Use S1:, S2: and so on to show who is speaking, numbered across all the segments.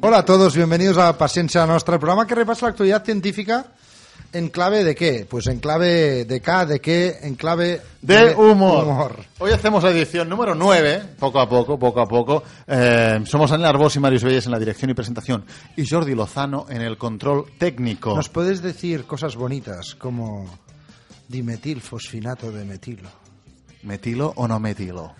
S1: Hola a todos, bienvenidos a Paciencia Nostra, el programa que repasa la actualidad científica en clave de qué? Pues en clave de K, de qué, en clave
S2: de, humor. Hoy hacemos la edición número 9, poco a poco, poco a poco. Eh, somos Anel Arbós y Marius Belles en la dirección y presentación y Jordi Lozano en el control técnico.
S1: Nos puedes decir cosas bonitas como dimetilfosfinato de metilo,
S2: ¿Metilo o no metilo?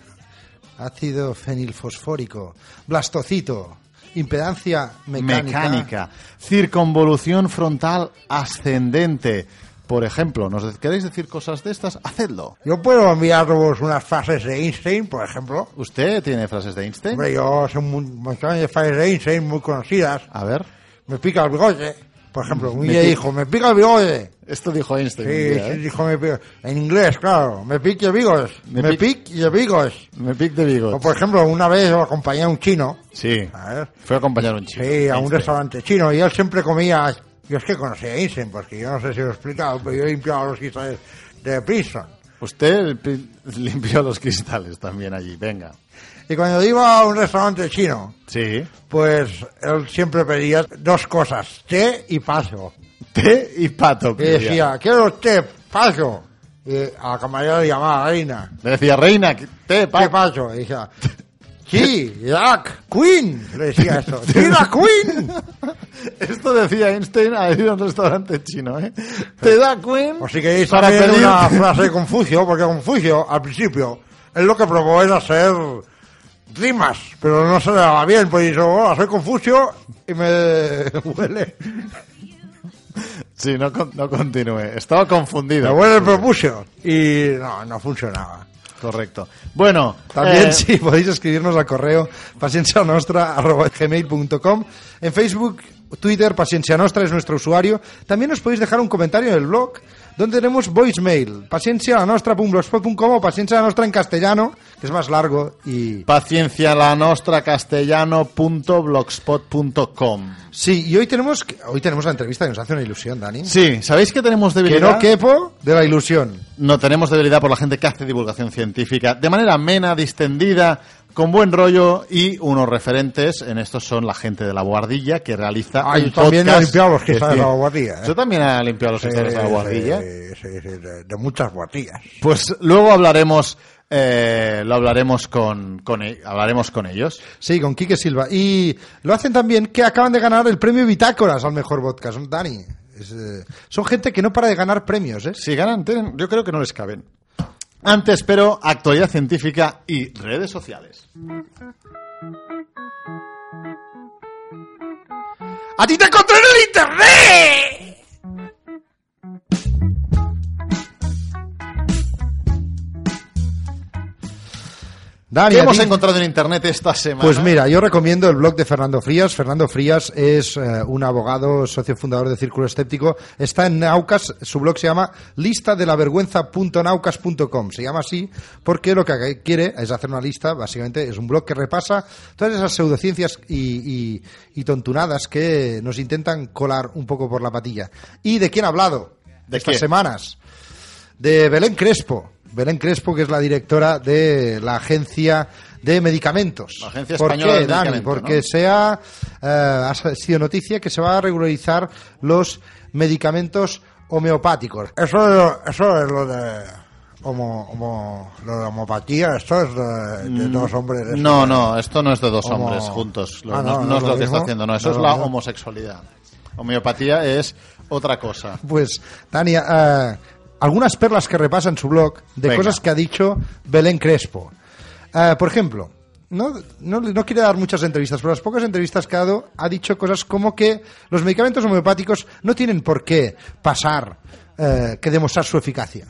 S1: ácido fenilfosfórico, blastocito, impedancia mecánica.
S2: Mecánica. Circunvolución frontal ascendente. Por ejemplo, ¿nos queréis decir cosas de estas? Hacedlo.
S1: Yo puedo enviaros unas frases de Einstein, por ejemplo.
S2: ¿Usted tiene frases de Einstein?
S1: Hombre, yo sé un montón de frases de Einstein muy conocidas.
S2: A ver.
S1: Me pica el bigote. Por ejemplo, un
S2: Me
S1: día
S2: pica-
S1: dijo, me pica el bigote.
S2: Esto dijo Einstein. un
S1: Sí,
S2: día,
S1: sí,
S2: ¿eh?
S1: dijo, me pica. En inglés, claro. Me pique bigos.
S2: Me
S1: Me,
S2: pic-
S1: pique bigos.
S2: Me pic de bigot.
S1: O, por ejemplo, una vez lo acompañé a un chino.
S2: Sí. este.
S1: A ver.
S2: Fue a acompañar a un chico.
S1: Sí, a un
S2: Einstein.
S1: restaurante chino. Y él siempre comía. Yo es que conocía a Einstein, porque yo no sé si lo he explicado, pero yo limpiaba los cristales de Princeton.
S2: Usted pi- limpió los cristales también allí. Venga.
S1: Y cuando iba a un restaurante chino,
S2: Sí.
S1: pues él siempre pedía dos cosas: té y paso.
S2: Té y pato.
S1: Y
S2: pedía.
S1: decía, quiero té, paso. Y a la camarera le llamaba reina.
S2: Le decía, reina, que- té,
S1: ¿Qué
S2: pato.
S1: pasó? Y decía, sí, Jack, Queen, le decía eso, sí, la Queen.
S2: Esto decía Einstein al ir a un restaurante chino, ¿eh? Te da Queen
S1: O si queréis
S2: para
S1: saber
S2: pedir...
S1: una frase de Confucio, porque Confucio, al principio, él lo que probó era hacer rimas, pero no se le daba bien, pues dijo, hola, soy Confucio y me huele,
S2: Sí, no, con- no continúe. Estaba
S1: me
S2: confundido.
S1: huele el prepucio. Y no, no funcionaba.
S2: Correcto. Bueno,
S1: También
S2: eh,
S1: sí, podéis escribirnos al correo paciencianostra.gmail.com En Facebook, Twitter, Paciencia Nostra es nuestro usuario. También os podéis dejar un comentario en el blog, donde tenemos voicemail, paciencianostra.blogspot.com o Paciencia Nostra en castellano, que es más largo y...
S2: Paciencia la nostra castellano.blogspot.com.
S1: Sí, y hoy tenemos, hoy tenemos la entrevista que nos hace una ilusión, Dani.
S2: Sí, ¿sabéis que tenemos
S1: que
S2: debilidad?
S1: no quepo de la ilusión.
S2: No tenemos debilidad por la gente que hace divulgación científica de manera amena, distendida, con buen rollo y unos referentes en estos son la gente de la guardilla que realiza
S1: Ay,
S2: un
S1: también
S2: podcast
S1: ha limpiado los
S2: que-
S1: cristales de La Guardilla, ¿eh?
S2: Yo también he limpiado los cristales de la
S1: Sí,
S2: guardilla.
S1: sí, sí, sí, de, de muchas guardillas.
S2: Pues luego hablaremos eh, lo hablaremos con, con e- hablaremos con ellos.
S1: Sí, con Quique Silva. Y lo hacen también que acaban de ganar el premio Bitácoras al mejor podcast. Dani, es, eh, son gente que no para de ganar premios, ¿eh?
S2: Si ganan, tienen- yo creo que no les caben. Antes, pero actualidad científica y redes sociales.
S1: ¡A ti te encontré en el internet! Dani,
S2: ¿Qué
S1: a
S2: hemos
S1: ti-
S2: encontrado en internet esta semana?
S1: Pues mira, yo recomiendo el blog de Fernando Frías. Fernando Frías es eh, un abogado, socio fundador de Círculo Escéptico. Está en Naucas, su blog se llama lista de la Se llama así porque lo que quiere es hacer una lista, básicamente es un blog que repasa todas esas pseudociencias y, y- y tontunadas que nos intentan colar un poco por la patilla. ¿Y de quién ha hablado?
S2: ¿De
S1: estas
S2: quién?
S1: semanas de Belén Crespo. Belén Crespo, que es la directora de la Agencia de Medicamentos.
S2: La Agencia
S1: ¿Por
S2: Española
S1: qué,
S2: del
S1: Dani?
S2: Medicamento,
S1: Porque
S2: ¿no?
S1: se ha, eh, ha sido noticia que se va a regularizar los medicamentos homeopáticos. Eso, eso es lo de, homo, homo- lo de homopatía, esto es de, de dos hombres.
S2: No, no, esto no es de dos
S1: Homo-
S2: hombres juntos. Lo-
S1: Ah,
S2: no,
S1: no,
S2: no
S1: no
S2: es
S1: es
S2: lo,
S1: lo
S2: que está
S1: mismo.
S2: haciendo, no. Eso
S1: No
S2: es
S1: es lo
S2: la
S1: mismo.
S2: homosexualidad. Homeopatía es otra cosa.
S1: Pues, Dani, eh, algunas perlas que repasa en su blog de
S2: Venga.
S1: cosas que ha dicho Belén Crespo. Eh, por ejemplo, no, no, no quiere dar muchas entrevistas, pero las pocas entrevistas que ha dado ha dicho cosas como que los medicamentos homeopáticos no tienen por qué pasar eh, que demostrar su eficacia.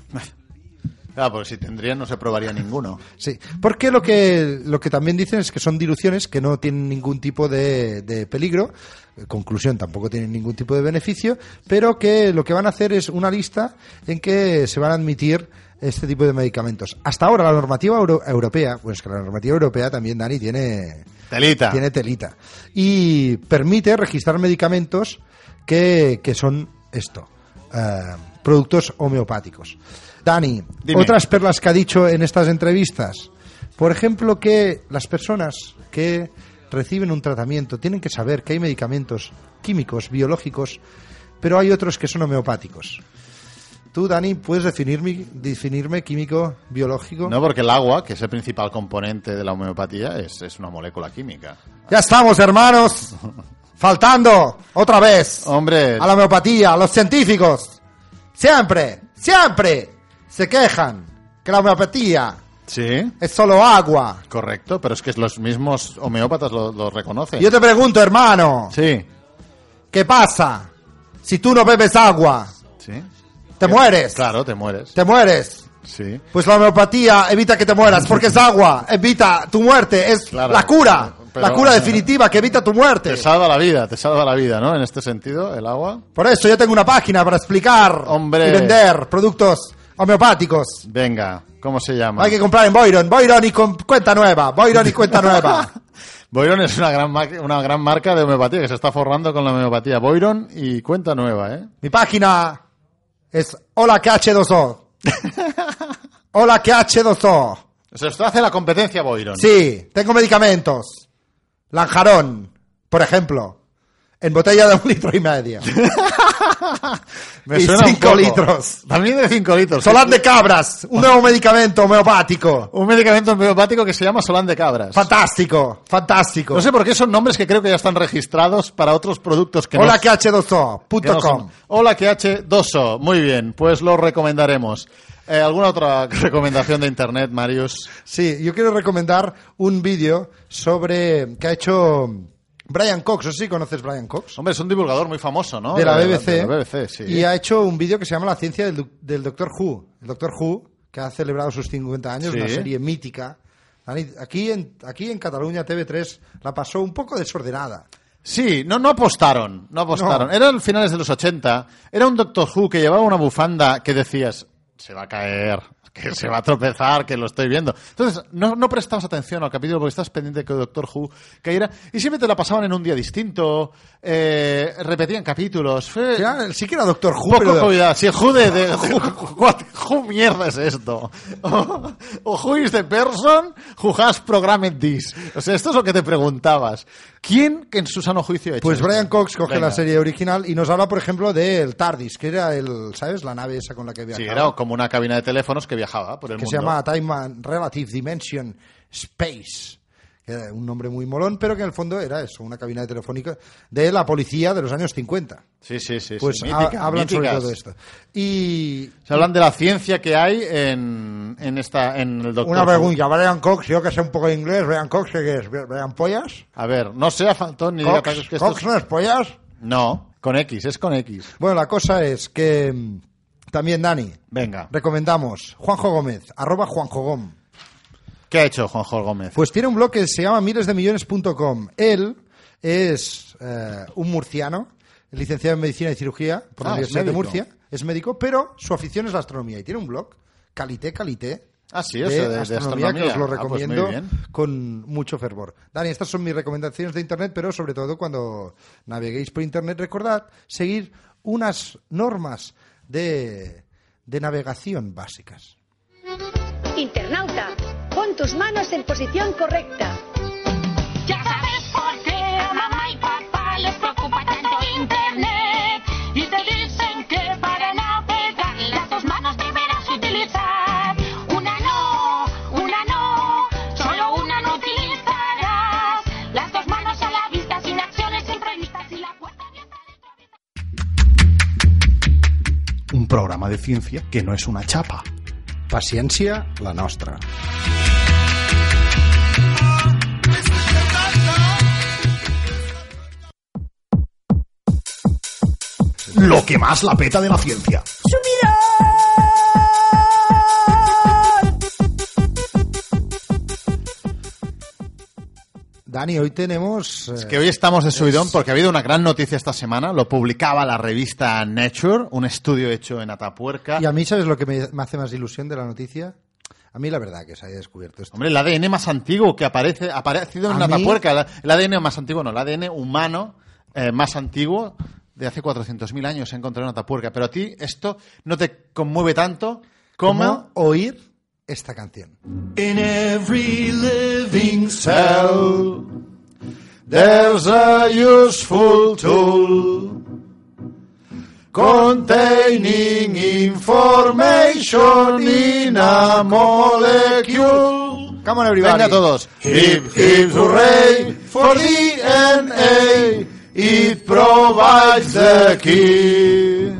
S2: Claro, porque si tendrían no se probaría ninguno.
S1: Sí, porque lo que, lo que también dicen es que son diluciones que no tienen ningún tipo de, de peligro, eh, conclusión, tampoco tienen ningún tipo de beneficio, pero que lo que van a hacer es una lista en que se van a admitir este tipo de medicamentos. Hasta ahora la normativa euro- europea, pues que la normativa europea también, Dani, tiene,
S2: Telita.
S1: tiene telita. Y permite registrar medicamentos que, que son esto, eh, productos homeopáticos. Dani,
S2: Dime.
S1: otras perlas que ha dicho en estas entrevistas. Por ejemplo, que las personas que reciben un tratamiento, tienen que saber que hay medicamentos químicos, biológicos, pero hay otros que son homeopáticos. Tú, Dani, ¿puedes definirme, definirme químico, biológico?
S2: No, porque el agua, que es el principal componente de la homeopatía, es, es una molécula química.
S1: Ya estamos, hermanos. Faltando, otra vez.
S2: Hombre,
S1: A la homeopatía, a los científicos. Siempre, siempre se quejan que la homeopatía
S2: sí,
S1: es solo agua.
S2: correcto, pero es que los mismos homeópatas lo, lo reconocen.
S1: Y yo te pregunto, hermano,
S2: Sí,
S1: ¿qué pasa si tú no bebes agua?
S2: sí.
S1: Te mueres.
S2: Claro, te mueres.
S1: Te mueres.
S2: Sí.
S1: Pues la homeopatía evita que te mueras, porque es agua, evita tu muerte, es
S2: Claro.
S1: la cura,
S2: Pero-
S1: la cura definitiva que evita tu muerte.
S2: Te salva la vida, te salva la vida, ¿no? En este sentido, el agua.
S1: Por eso yo tengo una página para explicar
S2: Hombre.
S1: y vender productos homeopáticos.
S2: Venga, ¿cómo se llama?
S1: Hay que comprar en Boiron, Boiron y con cuenta nueva, Boiron y cuenta nueva.
S2: Boiron es una gran, ma- una gran marca de homeopatía que se está forrando con la homeopatía. Boiron y cuenta nueva, ¿eh?
S1: Mi página es hola KH2O. Hola KH2O.
S2: O sea, usted hace la competencia Boiron.
S1: Sí, tengo medicamentos. Lanjarón, por ejemplo. En botella de un litro y medio.
S2: Me
S1: y
S2: suena un
S1: cinco
S2: poco.
S1: litros.
S2: También de 5 litros.
S1: Solán de cabras, un nuevo medicamento homeopático.
S2: Un medicamento homeopático que se llama Solán de Cabras.
S1: Fantástico, fantástico.
S2: No sé por qué son nombres que creo que ya están registrados para otros productos que
S1: Hola
S2: no, que no
S1: KH2O.com.
S2: son. Hola que H2O. Muy bien, pues lo recomendaremos. Eh, ¿Alguna otra recomendación de internet, Marius?
S1: Sí, yo quiero recomendar un vídeo sobre que ha hecho Brian Cox, ¿o sí conoces Brian Cox?
S2: Hombre, es un divulgador muy famoso, ¿no?
S1: de la BBC.
S2: De la BBC, sí.
S1: Y ha hecho un vídeo que se llama La ciencia del, doc- del Doctor Who. El Doctor Who, que ha celebrado sus 50 años,
S2: Sí.
S1: una serie mítica. Dani, Aquí en, aquí en Cataluña TV3 la pasó un poco desordenada.
S2: Sí, no, no apostaron, no apostaron.
S1: No.
S2: Eran finales de los 80, era un Doctor Who que llevaba una bufanda que decías, se va a caer, que se va a tropezar, que lo estoy viendo. Entonces, no, no prestabas atención al capítulo porque estabas pendiente que el Doctor Who cayera. Y siempre te la pasaban en un día distinto, eh, repetían capítulos. Fue
S1: Era- sí que era Ah, Doctor Who,
S2: poco
S1: pero...
S2: cuidado. Si el Who de... de- de- what- who mierda es esto? O, Who is the person who has programmed this? O sea, esto es lo que te preguntabas. ¿Quién que en su sano juicio ha hecho
S1: Pues
S2: esto?
S1: Brian Cox coge
S2: Venga.
S1: la serie original y nos habla, por ejemplo, del TARDIS, que era el, ¿sabes? La nave esa con la que
S2: Sí,
S1: viajaba.
S2: era como una cabina de teléfonos que viajaba por el
S1: que
S2: mundo.
S1: se llama Time and Relative Dimension Space. que era un nombre muy molón, pero que en el fondo era eso, una cabina de telefónica de la policía de los años 50.
S2: Sí, sí, sí. sí,
S1: Pues ha-
S2: mítica,
S1: hablan sobre
S2: míticas.
S1: todo esto. Y
S2: Se hablan de la ciencia que hay en, en, esta, en el Doctor
S1: una
S2: Who.
S1: pregunta, Brian Cox, yo que sé un poco de inglés, Brian Cox, ¿qué es? ¿Brian Pollas?
S2: A ver, no sea faltón ni diga cosas
S1: ¿Cox,
S2: que
S1: Cox
S2: esto
S1: no es Pollas?
S2: es- No, con X, es con X.
S1: Bueno, la cosa es que mm, también, Dani,
S2: Venga.
S1: recomendamos Juanjo Gómez, arroba Juanjo Gom.
S2: ¿Qué ha hecho Juanjo Gómez?
S1: Pues tiene un blog que se llama milesdemillones.com. Él es eh, un murciano, licenciado en Medicina y Cirugía por
S2: Ah,
S1: la
S2: es
S1: Universidad de
S2: médico.
S1: Murcia, es médico, pero su afición es la astronomía y tiene un blog, Calité, Calité.
S2: Ah, sí, eso de- de
S1: que os lo
S2: astronomía. Ah, pues muy
S1: recomiendo
S2: bien.
S1: con mucho fervor. Dani, estas son mis recomendaciones de Internet, pero sobre todo cuando naveguéis por Internet, recordad seguir unas normas de, de navegación básicas.
S3: Internauta, pon tus manos en posición correcta.
S4: Ya sabes por qué a mamá y papá les preocupa tanto Internet. Y te dicen que para navegar las dos manos deberás utilizar. Una no, una no, solo una no utilizarás. Las dos manos a la vista, sin acciones sincronistas y la puerta abierta de tu habitación.
S2: Un programa de ciencia que no es una chapa.
S1: Paciencia, la nostra.
S5: Lo que más la peta de la ciencia.
S1: Dani, hoy tenemos... eh,
S2: Es que hoy estamos de subidón porque ha habido una gran noticia esta semana. Lo publicaba la revista Nature, un estudio hecho en Atapuerca.
S1: Y a mí, ¿sabes lo que me, me hace más ilusión de la noticia? A mí la verdad que se haya descubierto esto.
S2: Hombre, el ADN más antiguo que aparece, ha aparecido en
S1: A mí-
S2: Atapuerca. La- El ADN más antiguo, no, el ADN humano eh, más antiguo de hace 400.000 años se encontró en Atapuerca. Pero a ti esto no te conmueve tanto como...
S1: ¿Cómo oír esta canción?
S5: In every living cell.
S2: There's a useful tool containing information in a molecule.
S1: Come on, everybody.
S2: Venga todos. Hip, hip, hooray for DNA. It provides the key.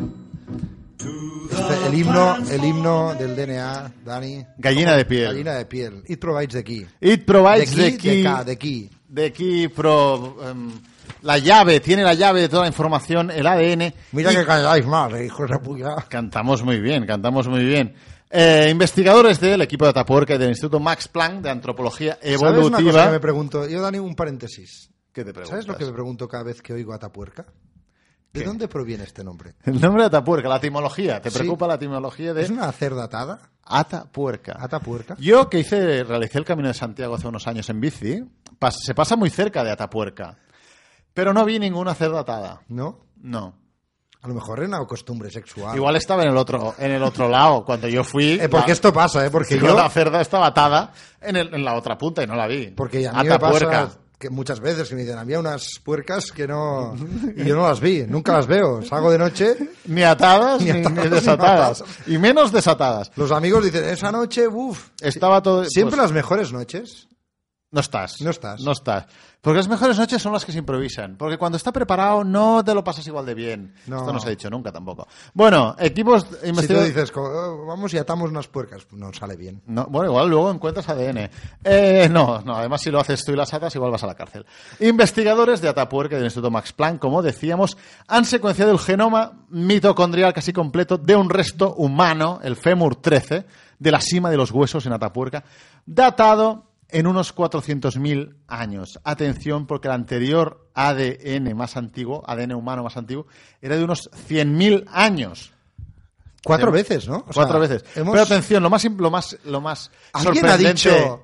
S1: Este- el himno, el himno del DNA, Dani.
S2: Gallina de piel.
S1: Gallina de piel. It provides the key.
S2: It
S1: De
S2: provides
S1: key,
S2: the key.
S1: de K, de key.
S2: de aquí pro em, la llave tiene la llave de toda la información el ADN
S1: Mira
S2: y
S1: que calláis mal, eh, hijos de puta.
S2: cantamos muy bien cantamos muy bien Eh, investigadores del equipo de Atapuerca y del Instituto Max Planck de Antropología
S1: ¿Sabes una cosa que me
S2: Evolutiva
S1: pregunto? Yo, Dani, un paréntesis.
S2: ¿Qué te
S1: ¿Sabes lo que me pregunto cada vez que oigo Atapuerca? ¿De dónde proviene este nombre?
S2: el nombre de Atapuerca la etimología te
S1: Sí.
S2: preocupa la etimología
S1: ¿Es
S2: de
S1: una cerdatada?
S2: Atapuerca
S1: ¿Atapuerca?
S2: yo que hice realicé el Camino de Santiago hace unos años en bici pas- se pasa muy cerca de Atapuerca pero no vi ninguna cerdatada
S1: ¿No?
S2: no
S1: A lo mejor era una costumbre sexual.
S2: Igual estaba en el otro, en el otro lado. Cuando yo fui.
S1: Eh, porque
S2: la-
S1: esto pasa, ¿eh? Porque
S2: yo
S1: yo...
S2: la cerda estaba atada en, el- en la otra punta y no la vi.
S1: Porque a mí me
S2: Ata puerca.
S1: pasa que muchas veces que me dicen, había unas puercas que no... Y yo no las vi, nunca las veo. Salgo de noche,
S2: Ni atadas ni,
S1: Ni atadas,
S2: ni
S1: ni
S2: desatadas.
S1: atadas.
S2: Y menos desatadas.
S1: los amigos dicen, esa noche, uff...
S2: Estaba todo.
S1: Siempre
S2: pues,
S1: las mejores noches.
S2: No estás.
S1: No estás.
S2: No estás. Porque las mejores noches son las que se improvisan. Porque cuando está preparado no te lo pasas igual de bien.
S1: No.
S2: Esto no se ha dicho nunca tampoco. Bueno, equipos
S1: Si tú
S2: investigadores.
S1: dices, como, "Oh, vamos y atamos unas puercas, pues no sale bien.
S2: No, bueno, igual luego encuentras ADN. Eh, no, no, además si lo haces tú y las atas, igual vas a la cárcel. Investigadores de Atapuerca y del Instituto Max Planck, como decíamos, han secuenciado el genoma mitocondrial casi completo de un resto humano, el fémur 13, de la cima de los huesos en Atapuerca, datado en unos 400.000 años. Atención, porque el anterior ADN más antiguo, ADN humano más antiguo, era de unos 100.000 años.
S1: Cuatro
S2: Hemos-
S1: veces, ¿no? O sea,
S2: Cuatro veces.
S1: hemos-
S2: Pero atención, lo más, im- lo más, lo más
S1: Alguien ha
S2: sorprendente.
S1: dicho-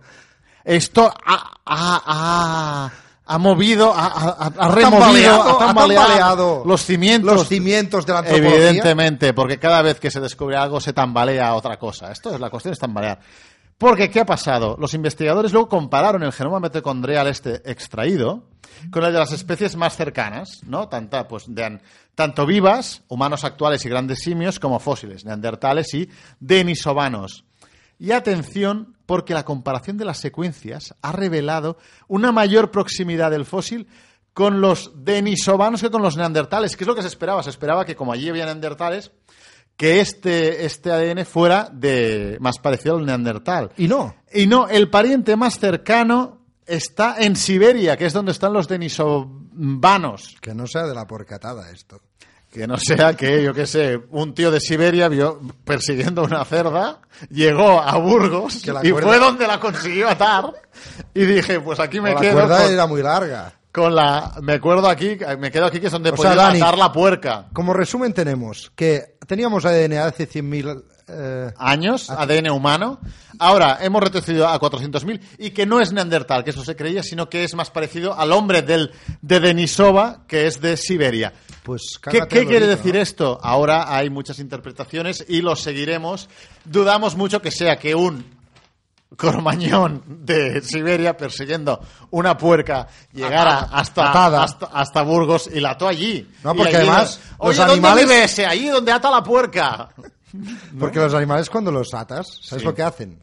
S2: Esto ha, ha- ha- ha movido, ha, ha- ha removido,
S1: tambaleado,
S2: ha
S1: ha
S2: tambaleado
S1: tambaleado
S2: los cimientos.
S1: los cimientos de la antropología.
S2: Evidentemente, porque cada vez que se descubre algo se tambalea otra cosa. Esto es la cuestión, es tambalear. Porque, ¿qué ha pasado? Los investigadores luego compararon el genoma mitocondrial este extraído con el de las especies más cercanas, ¿no? Tanta, pues, de an- tanto vivas, humanos actuales y grandes simios, como fósiles, neandertales y denisovanos. Y atención, porque la comparación de las secuencias ha revelado una mayor proximidad del fósil con los denisovanos que con los neandertales, que es lo que se esperaba. Se esperaba que como allí había neandertales, que este, este ADN fuera de más parecido al neandertal.
S1: Y no.
S2: Y no, el pariente más cercano está en Siberia, que es donde están los denisovanos.
S1: Que no sea de la porcatada esto.
S2: Que no sea que, yo qué sé, un tío de Siberia vio persiguiendo una cerda, llegó a Burgos
S1: Que la
S2: y
S1: cuerda-
S2: fue donde la consiguió atar. Y dije, pues aquí me
S1: la
S2: quedo
S1: cuerda
S2: con,
S1: era muy larga.
S2: con la... Me acuerdo aquí, me quedo aquí que es donde
S1: O sea,
S2: podía
S1: Dani-
S2: atar la puerca.
S1: Como resumen tenemos que teníamos ADN hace 100.000... eh,
S2: Años, ADN humano. Ahora hemos retrocedido a 400.000 y que no es neandertal, que eso se creía, sino que es más parecido al hombre del, de Denisova, que es de Siberia.
S1: pues
S2: ¿Qué,
S1: cágate
S2: qué
S1: el
S2: quiere
S1: lorito,
S2: decir
S1: ¿no?
S2: esto? Ahora hay muchas interpretaciones y los seguiremos. Dudamos mucho que sea que un cormañón de Siberia persiguiendo una puerca llegara hasta,
S1: atada.
S2: hasta, hasta Burgos y la ató allí.
S1: No,
S2: Y
S1: porque
S2: allí
S1: además
S2: la- Oye,
S1: los
S2: ¿dónde
S1: animales-
S2: vive ese? Ahí donde ata la puerca.
S1: Porque los animales cuando los atas, ¿sabes lo que hacen?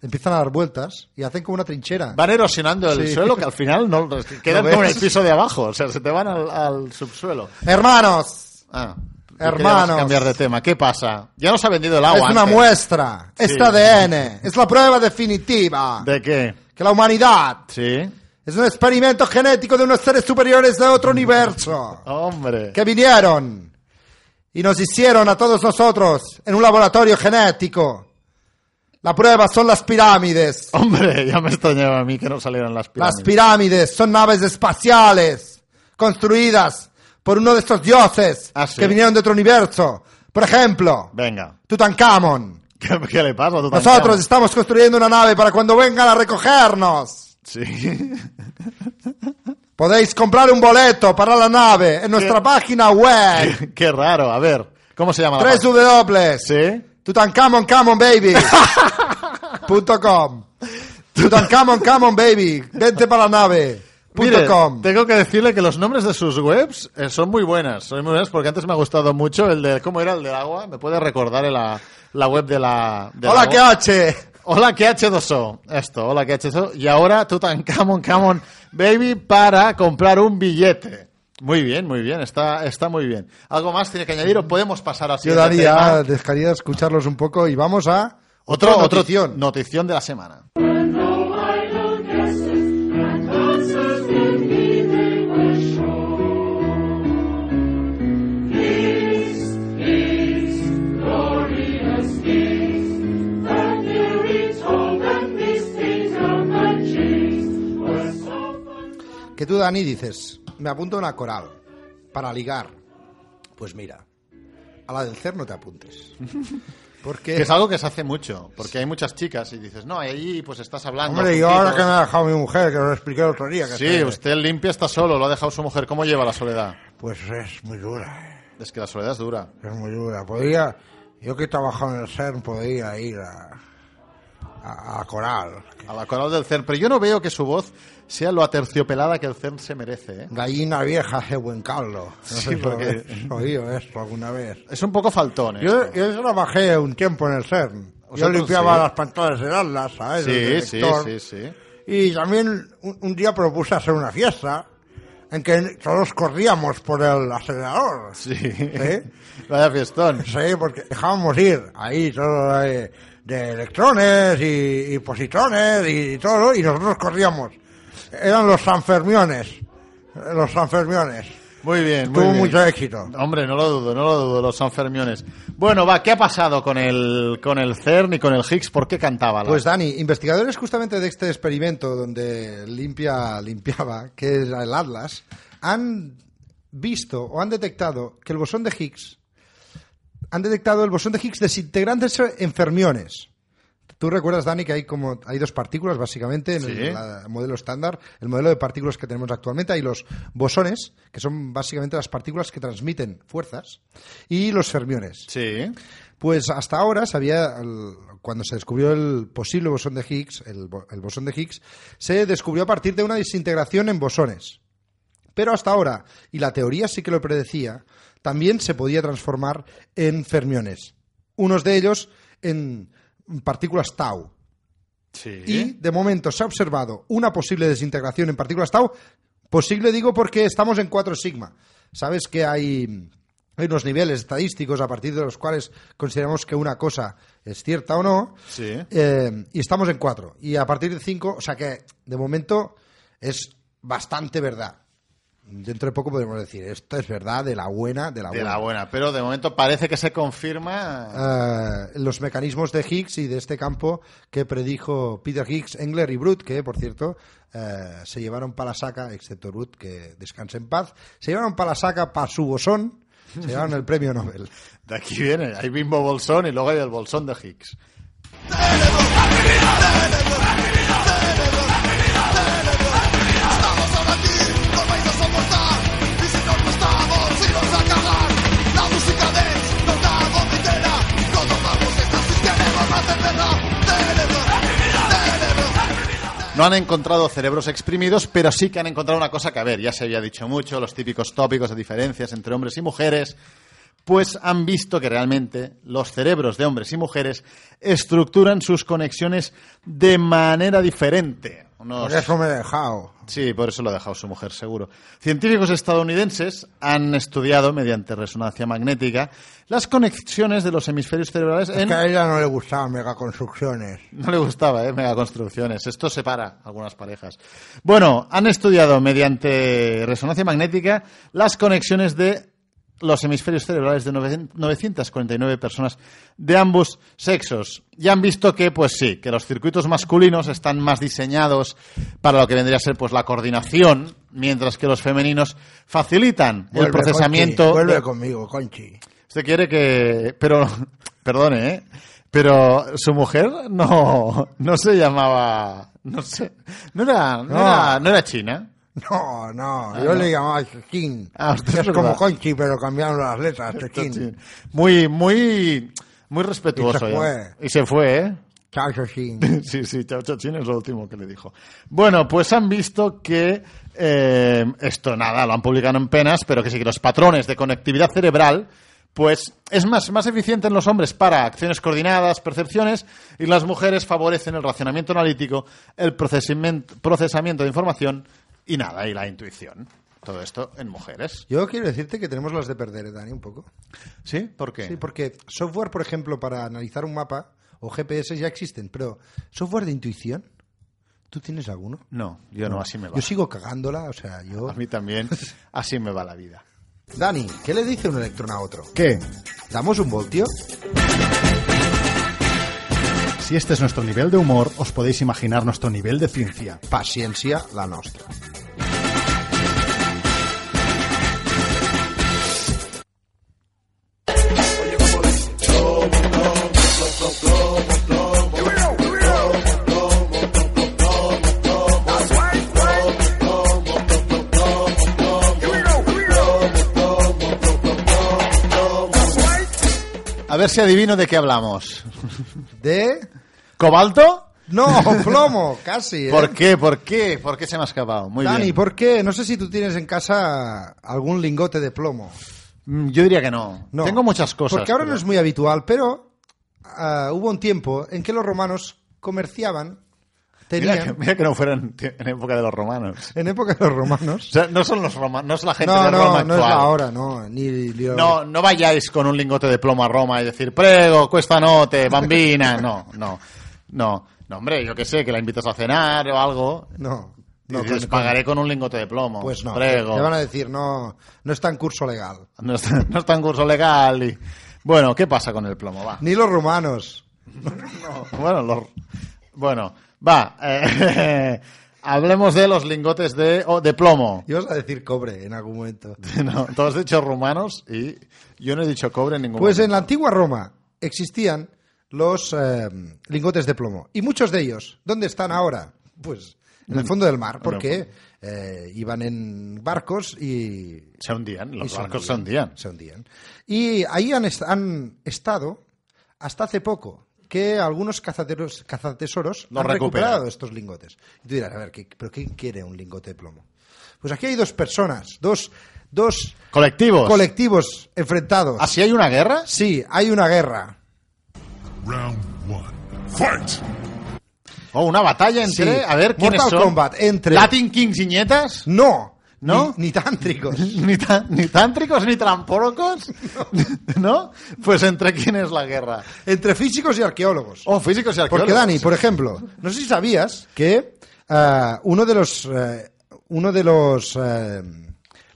S1: Empiezan a dar vueltas y hacen como una trinchera.
S2: Van erosionando el
S1: Sí.
S2: suelo que al final no quedan
S1: ¿Lo
S2: como en
S1: ves?
S2: el piso de abajo. O sea, se te van al, al subsuelo.
S1: Hermanos,
S2: Ah,
S1: Hermanos.
S2: queríamos cambiar de tema. ¿Qué pasa? Ya nos ha vendido el agua.
S1: es una
S2: antes.
S1: muestra.
S2: Sí.
S1: Es ADN. Es la prueba definitiva.
S2: ¿De qué?
S1: Que la humanidad
S2: Sí.
S1: es un experimento genético de unos seres superiores de otro universo.
S2: Hombre.
S1: que vinieron y nos hicieron a todos nosotros en un laboratorio genético. La prueba son las pirámides.
S2: Hombre, ya me extrañaba a mí que no salieran las
S1: Las
S2: pirámides.
S1: pirámides son naves espaciales construidas por uno de estos dioses
S2: Ah, sí.
S1: que vinieron de otro universo. Por ejemplo,
S2: Venga.
S1: Tutankamón.
S2: ¿Qué, qué le pasa a tu
S1: Nosotros estamos construyendo una nave para cuando vengan a recogernos.
S2: Sí.
S1: Podéis comprar un boleto para la nave en nuestra
S2: ¿Qué?
S1: página web.
S2: Qué, qué raro. A ver, ¿cómo se llama? la
S1: 3
S2: página?
S1: W.
S2: Sí.
S1: Tutankamon Camon Baby. punto com. Tutankamon Camon Baby. Vente para la nave.
S2: Mire,
S1: com.
S2: tengo que decirle que los nombres de sus webs eh, son muy buenas, son muy buenas porque antes me ha gustado mucho el de cómo era el del agua, me puede recordar el- la, la web de la de la
S1: Hola,
S2: agua?
S1: ¿qué H?
S2: Hola, que H2O. Esto, hola, que H2O. Y ahora Tutankamon, Camon, Baby, para comprar un billete. Muy bien, muy bien, está, está muy bien. ¿Algo más tiene que añadir o podemos pasar así?
S1: Mm. Yo daría, dejaría de escucharlos un poco y vamos a
S2: Otro,
S1: otra
S2: otro
S1: notición.
S2: notición de la semana.
S1: Que tú, Dani, dices, me apunto a una coral para ligar. Pues mira, a la del CER no te apuntes. Porque...
S2: Que es algo que se hace mucho, porque hay muchas chicas y dices, no, ahí pues estás hablando.
S1: Hombre, yo
S2: juntitos".
S1: ahora que me ha dejado mi mujer, que lo expliqué el otro día. Que
S2: Sí,
S1: estoy-
S2: usted limpia está solo, lo ha dejado su mujer. ¿Cómo lleva la soledad?
S1: Pues es muy dura, eh,
S2: Es que la soledad es dura.
S1: es muy dura. Podría, yo que he trabajado en el CERN, podría ir a, a, a coral.
S2: A la coral del CERN. Pero yo no veo que su voz sea lo aterciopelada que el CERN se merece. ¿eh?
S1: Gallina vieja hace buen caldo. No
S2: Sí,
S1: sé si lo
S2: porque-
S1: habéis oído esto alguna vez.
S2: Es un poco faltón. ¿eh?
S1: Yo,
S2: esto.
S1: yo trabajé un tiempo en el CERN. Yo
S2: Vosotros
S1: limpiaba
S2: sí.
S1: las pantallas del Atlas, ¿sabes?
S2: Sí,
S1: El
S2: sí,
S1: detector.
S2: sí, sí.
S1: Y también un, un día propuse hacer una fiesta en que todos corríamos por el acelerador.
S2: Sí.
S1: ¿Sí?
S2: Vaya fiestón.
S1: Sí, porque dejábamos ir ahí todo de, de electrones y, y positrones y todo, y nosotros corríamos. Eran los Sanfermiones. eh, Los Sanfermiones.
S2: Muy bien, muy
S1: Tuvo
S2: bien.
S1: mucho éxito.
S2: Hombre, no lo dudo, no lo dudo, los Sanfermiones. Bueno, va, ¿qué ha pasado con el, con el CERN y con el Higgs? ¿Por qué cantaba? la-
S1: Pues Dani, investigadores justamente de este experimento donde limpia limpiaba, que es el Atlas, han visto o han detectado que el bosón de Higgs han detectado el bosón de Higgs desintegrándose en fermiones. Tú recuerdas, Dani, que hay como hay dos partículas básicamente en
S2: Sí.
S1: el la- modelo estándar, el modelo de partículas que tenemos actualmente, hay los bosones, que son básicamente las partículas que transmiten fuerzas, y los fermiones.
S2: Sí.
S1: Pues hasta ahora se había, el- cuando se descubrió el posible bosón de Higgs, el, bo- el bosón de Higgs, se descubrió a partir de una desintegración en bosones. Pero hasta ahora, y la teoría sí que lo predecía, también se podía transformar en fermiones. Unos de ellos en partículas tau.
S2: Sí.
S1: Y de momento se ha observado una posible desintegración en partículas tau. Posible digo porque estamos en 4 sigma. Sabes que hay, hay unos niveles estadísticos a partir de los cuales consideramos que una cosa es cierta o no.
S2: Sí.
S1: Eh, y estamos en 4. Y a partir de 5, o sea que de momento es bastante verdad. Dentro de poco podemos decir, esto es verdad de la buena, de la
S2: De
S1: buena.
S2: la buena, pero de momento parece que se confirma.
S1: eh, los mecanismos de Higgs y de este campo que predijo Peter Higgs, Engler y Brut, que por cierto eh, se llevaron para la saca, excepto Brut, que descanse en paz, se llevaron para la saca para su bosón, se llevaron el premio Nobel.
S2: De aquí viene, hay bimbo bolsón y luego hay el bolsón de Higgs. No han encontrado cerebros exprimidos, pero sí que han encontrado una cosa que, a ver, ya se había dicho mucho, los típicos tópicos de diferencias entre hombres y mujeres, pues han visto que realmente los cerebros de hombres y mujeres estructuran sus conexiones de manera diferente. Unos-
S1: Por eso me he dejado.
S2: Sí, por eso lo ha dejado su mujer, seguro. Científicos estadounidenses han estudiado, mediante resonancia magnética, las conexiones de los hemisferios cerebrales
S1: Es
S2: en...
S1: que a ella no le gustaban megaconstrucciones.
S2: No le gustaba, ¿eh? Megaconstrucciones. Esto separa algunas parejas. Bueno, han estudiado mediante resonancia magnética las conexiones de los hemisferios cerebrales de 900 949 personas de ambos sexos. Y han visto que, pues sí, que los circuitos masculinos están más diseñados para lo que vendría a ser pues la coordinación, mientras que los femeninos facilitan el
S1: Vuelve,
S2: procesamiento.
S1: Conchi,
S2: de-
S1: vuelve conmigo, Conchi.
S2: Usted quiere que. Pero. Perdone, ¿eh? Pero su mujer no. No se llamaba. No sé. No era, no
S1: No.
S2: era, no era china.
S1: No, no, yo le llamaba Chechín.
S2: Ah, usted
S1: que
S2: es
S1: es como
S2: verdad.
S1: Conchi, pero cambiaron las letras, Chechín.
S2: Muy, muy. Muy respetuoso.
S1: Y se
S2: ya.
S1: fue.
S2: Y se fue, ¿eh?
S1: Chao, Shoshin.
S2: Sí, sí, Chao Chachín es lo último que le dijo. Bueno, pues han visto que eh, esto nada, lo han publicado en penas, pero que sí que los patrones de conectividad cerebral, pues es más, más eficiente en los hombres para acciones coordinadas, percepciones, y las mujeres favorecen el racionamiento analítico, el procesamiento, procesamiento de información y nada, y la intuición. Todo esto en mujeres.
S1: Yo quiero decirte que tenemos las de perder, eh, Dani, un poco.
S2: ¿Sí? ¿Por qué?
S1: Sí, porque software, por ejemplo, para analizar un mapa o GPS ya existen, pero software de intuición, ¿tú tienes alguno?
S2: No, yo no, así me va.
S1: Yo sigo cagándola, o sea, yo...
S2: A mí también, así me va la vida.
S1: Dani, ¿qué le dice un electrón a otro?
S5: ¿Qué?
S1: ¿Damos un voltio?
S5: Si este es nuestro nivel de humor, os podéis imaginar nuestro nivel de ciencia.
S1: Paciencia la nostra.
S2: A ver si adivino de qué hablamos.
S1: ¿De...?
S2: ¿Cobalto?
S1: No, plomo, casi. ¿eh?
S2: ¿Por qué? ¿Por qué? ¿Por qué se me ha escapado? Muy
S1: Dani,
S2: bien.
S1: ¿por qué? No sé si tú tienes en casa algún lingote de plomo.
S2: Mm, Yo diría que no.
S1: No.
S2: Tengo muchas cosas.
S1: Porque ahora
S2: pero-
S1: no es muy habitual, pero ah, hubo un tiempo en que los romanos comerciaban,
S2: Mira
S1: tenían,
S2: que, mira que no fueran en, en época de los romanos.
S1: en época de los
S2: O
S1: romanos.
S2: sea, no son los romanos, no es la gente
S1: No,
S2: de
S1: no,
S2: Roma
S1: no es
S2: actual.
S1: la hora, no. Ni, ni-
S2: No, no vayáis con un lingote de plomo a Roma y decir, prego, cuesta note, bambina. No, no, no. No, hombre, yo qué sé, que la invitas a cenar o algo.
S1: no.
S2: Y
S1: no,
S2: dices,
S1: con-
S2: pagaré con un lingote de plomo.
S1: Pues no, te,
S2: Prego.
S1: te van a decir, no, no está en curso legal.
S2: No está, no está en curso legal y... Bueno, ¿qué pasa con el plomo? Va.
S1: Ni los romanos.
S2: Bueno, los- bueno va. eh, hablemos de los lingotes de, oh, de plomo.
S1: Ibas a decir cobre en algún momento.
S2: No, tú has dicho rumanos y yo no he dicho cobre en ningún
S1: Pues en
S2: momento.
S1: la antigua Roma existían los eh, lingotes de plomo. Y muchos de ellos, ¿dónde están ahora? Pues en
S2: Mm.
S1: el fondo del mar, porque
S2: pues-
S1: eh, iban en barcos y,
S2: Se hundían,
S1: y
S2: los
S1: se
S2: barcos se hundían.
S1: Se hundían. Y ahí han, est- han estado hasta hace poco que algunos cazateros, cazatesoros
S2: Los
S1: han
S2: recuperan.
S1: recuperado estos lingotes. Y tú dirás, a ver, ¿qué- ¿pero quién quiere un lingote de plomo? Pues aquí hay dos personas, dos, dos
S2: Colectivos.
S1: colectivos enfrentados.
S2: ¿Así hay una guerra?
S1: Sí, hay una guerra.
S6: Round one. Fight!
S2: ¿O una batalla entre?
S1: Sí.
S2: A ver, ¿quiénes
S1: Mortal
S2: son?
S1: Kombat, entre-
S2: ¿Latin Kings y nietas?
S1: No,
S2: ¿No?
S1: Ni, ni tántricos.
S2: ¿Ni, tan- ni tántricos ni tramporocos? ¿No? Pues entre quién es la guerra.
S1: Entre físicos y arqueólogos.
S2: Oh, físicos y arqueólogos.
S1: Porque Dani, por ejemplo, no sé si sabías que ah, uno de los eh, uno de los eh,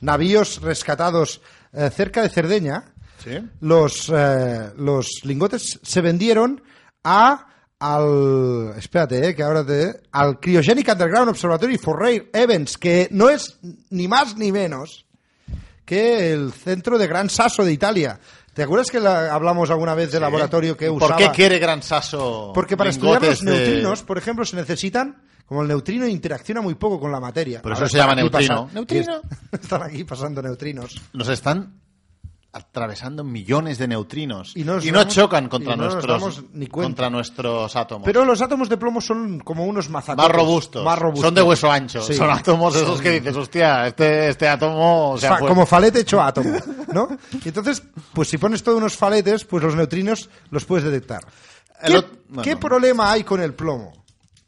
S1: navíos rescatados eh, cerca de Cerdeña,
S2: Sí.
S1: los eh, los lingotes se vendieron a al espérate, eh, que ahora te al Cryogenic Underground Observatory for Rare Events, que no es ni más ni menos que el centro de Gran Sasso de Italia. ¿Te acuerdas que la- hablamos alguna vez del laboratorio que
S2: ¿Y
S1: usaba?
S2: ¿Por qué quiere Gran Saso?
S1: Porque para estudiar los
S2: lingotes de-
S1: neutrinos, por ejemplo, se necesitan, como el neutrino interacciona muy poco con la materia.
S2: Por eso
S1: Ahora
S2: se llama
S1: están aquí
S2: neutrino.
S1: pasa-
S2: Neutrino.
S1: Están aquí pasando neutrinos.
S2: Nos están atravesando millones de neutrinos
S1: Y
S2: y,
S1: no nos
S2: no
S1: damos-
S2: chocan contra,
S1: y no nos
S2: nuestros,
S1: damos ni cuenta.
S2: contra nuestros átomos.
S1: Pero los átomos de plomo son como unos mazatones.
S2: más robustos.
S1: Más robustos.
S2: Son de hueso ancho.
S1: Sí.
S2: Son átomos esos que dices, hostia, este, este átomo... o sea,
S1: Fa-
S2: fue-
S1: como falete hecho átomo, ¿no? Y entonces, pues si pones todos unos faletes, pues los neutrinos los puedes detectar.
S2: El
S1: ¿Qué,
S2: ot- bueno.
S1: qué problema hay con el plomo?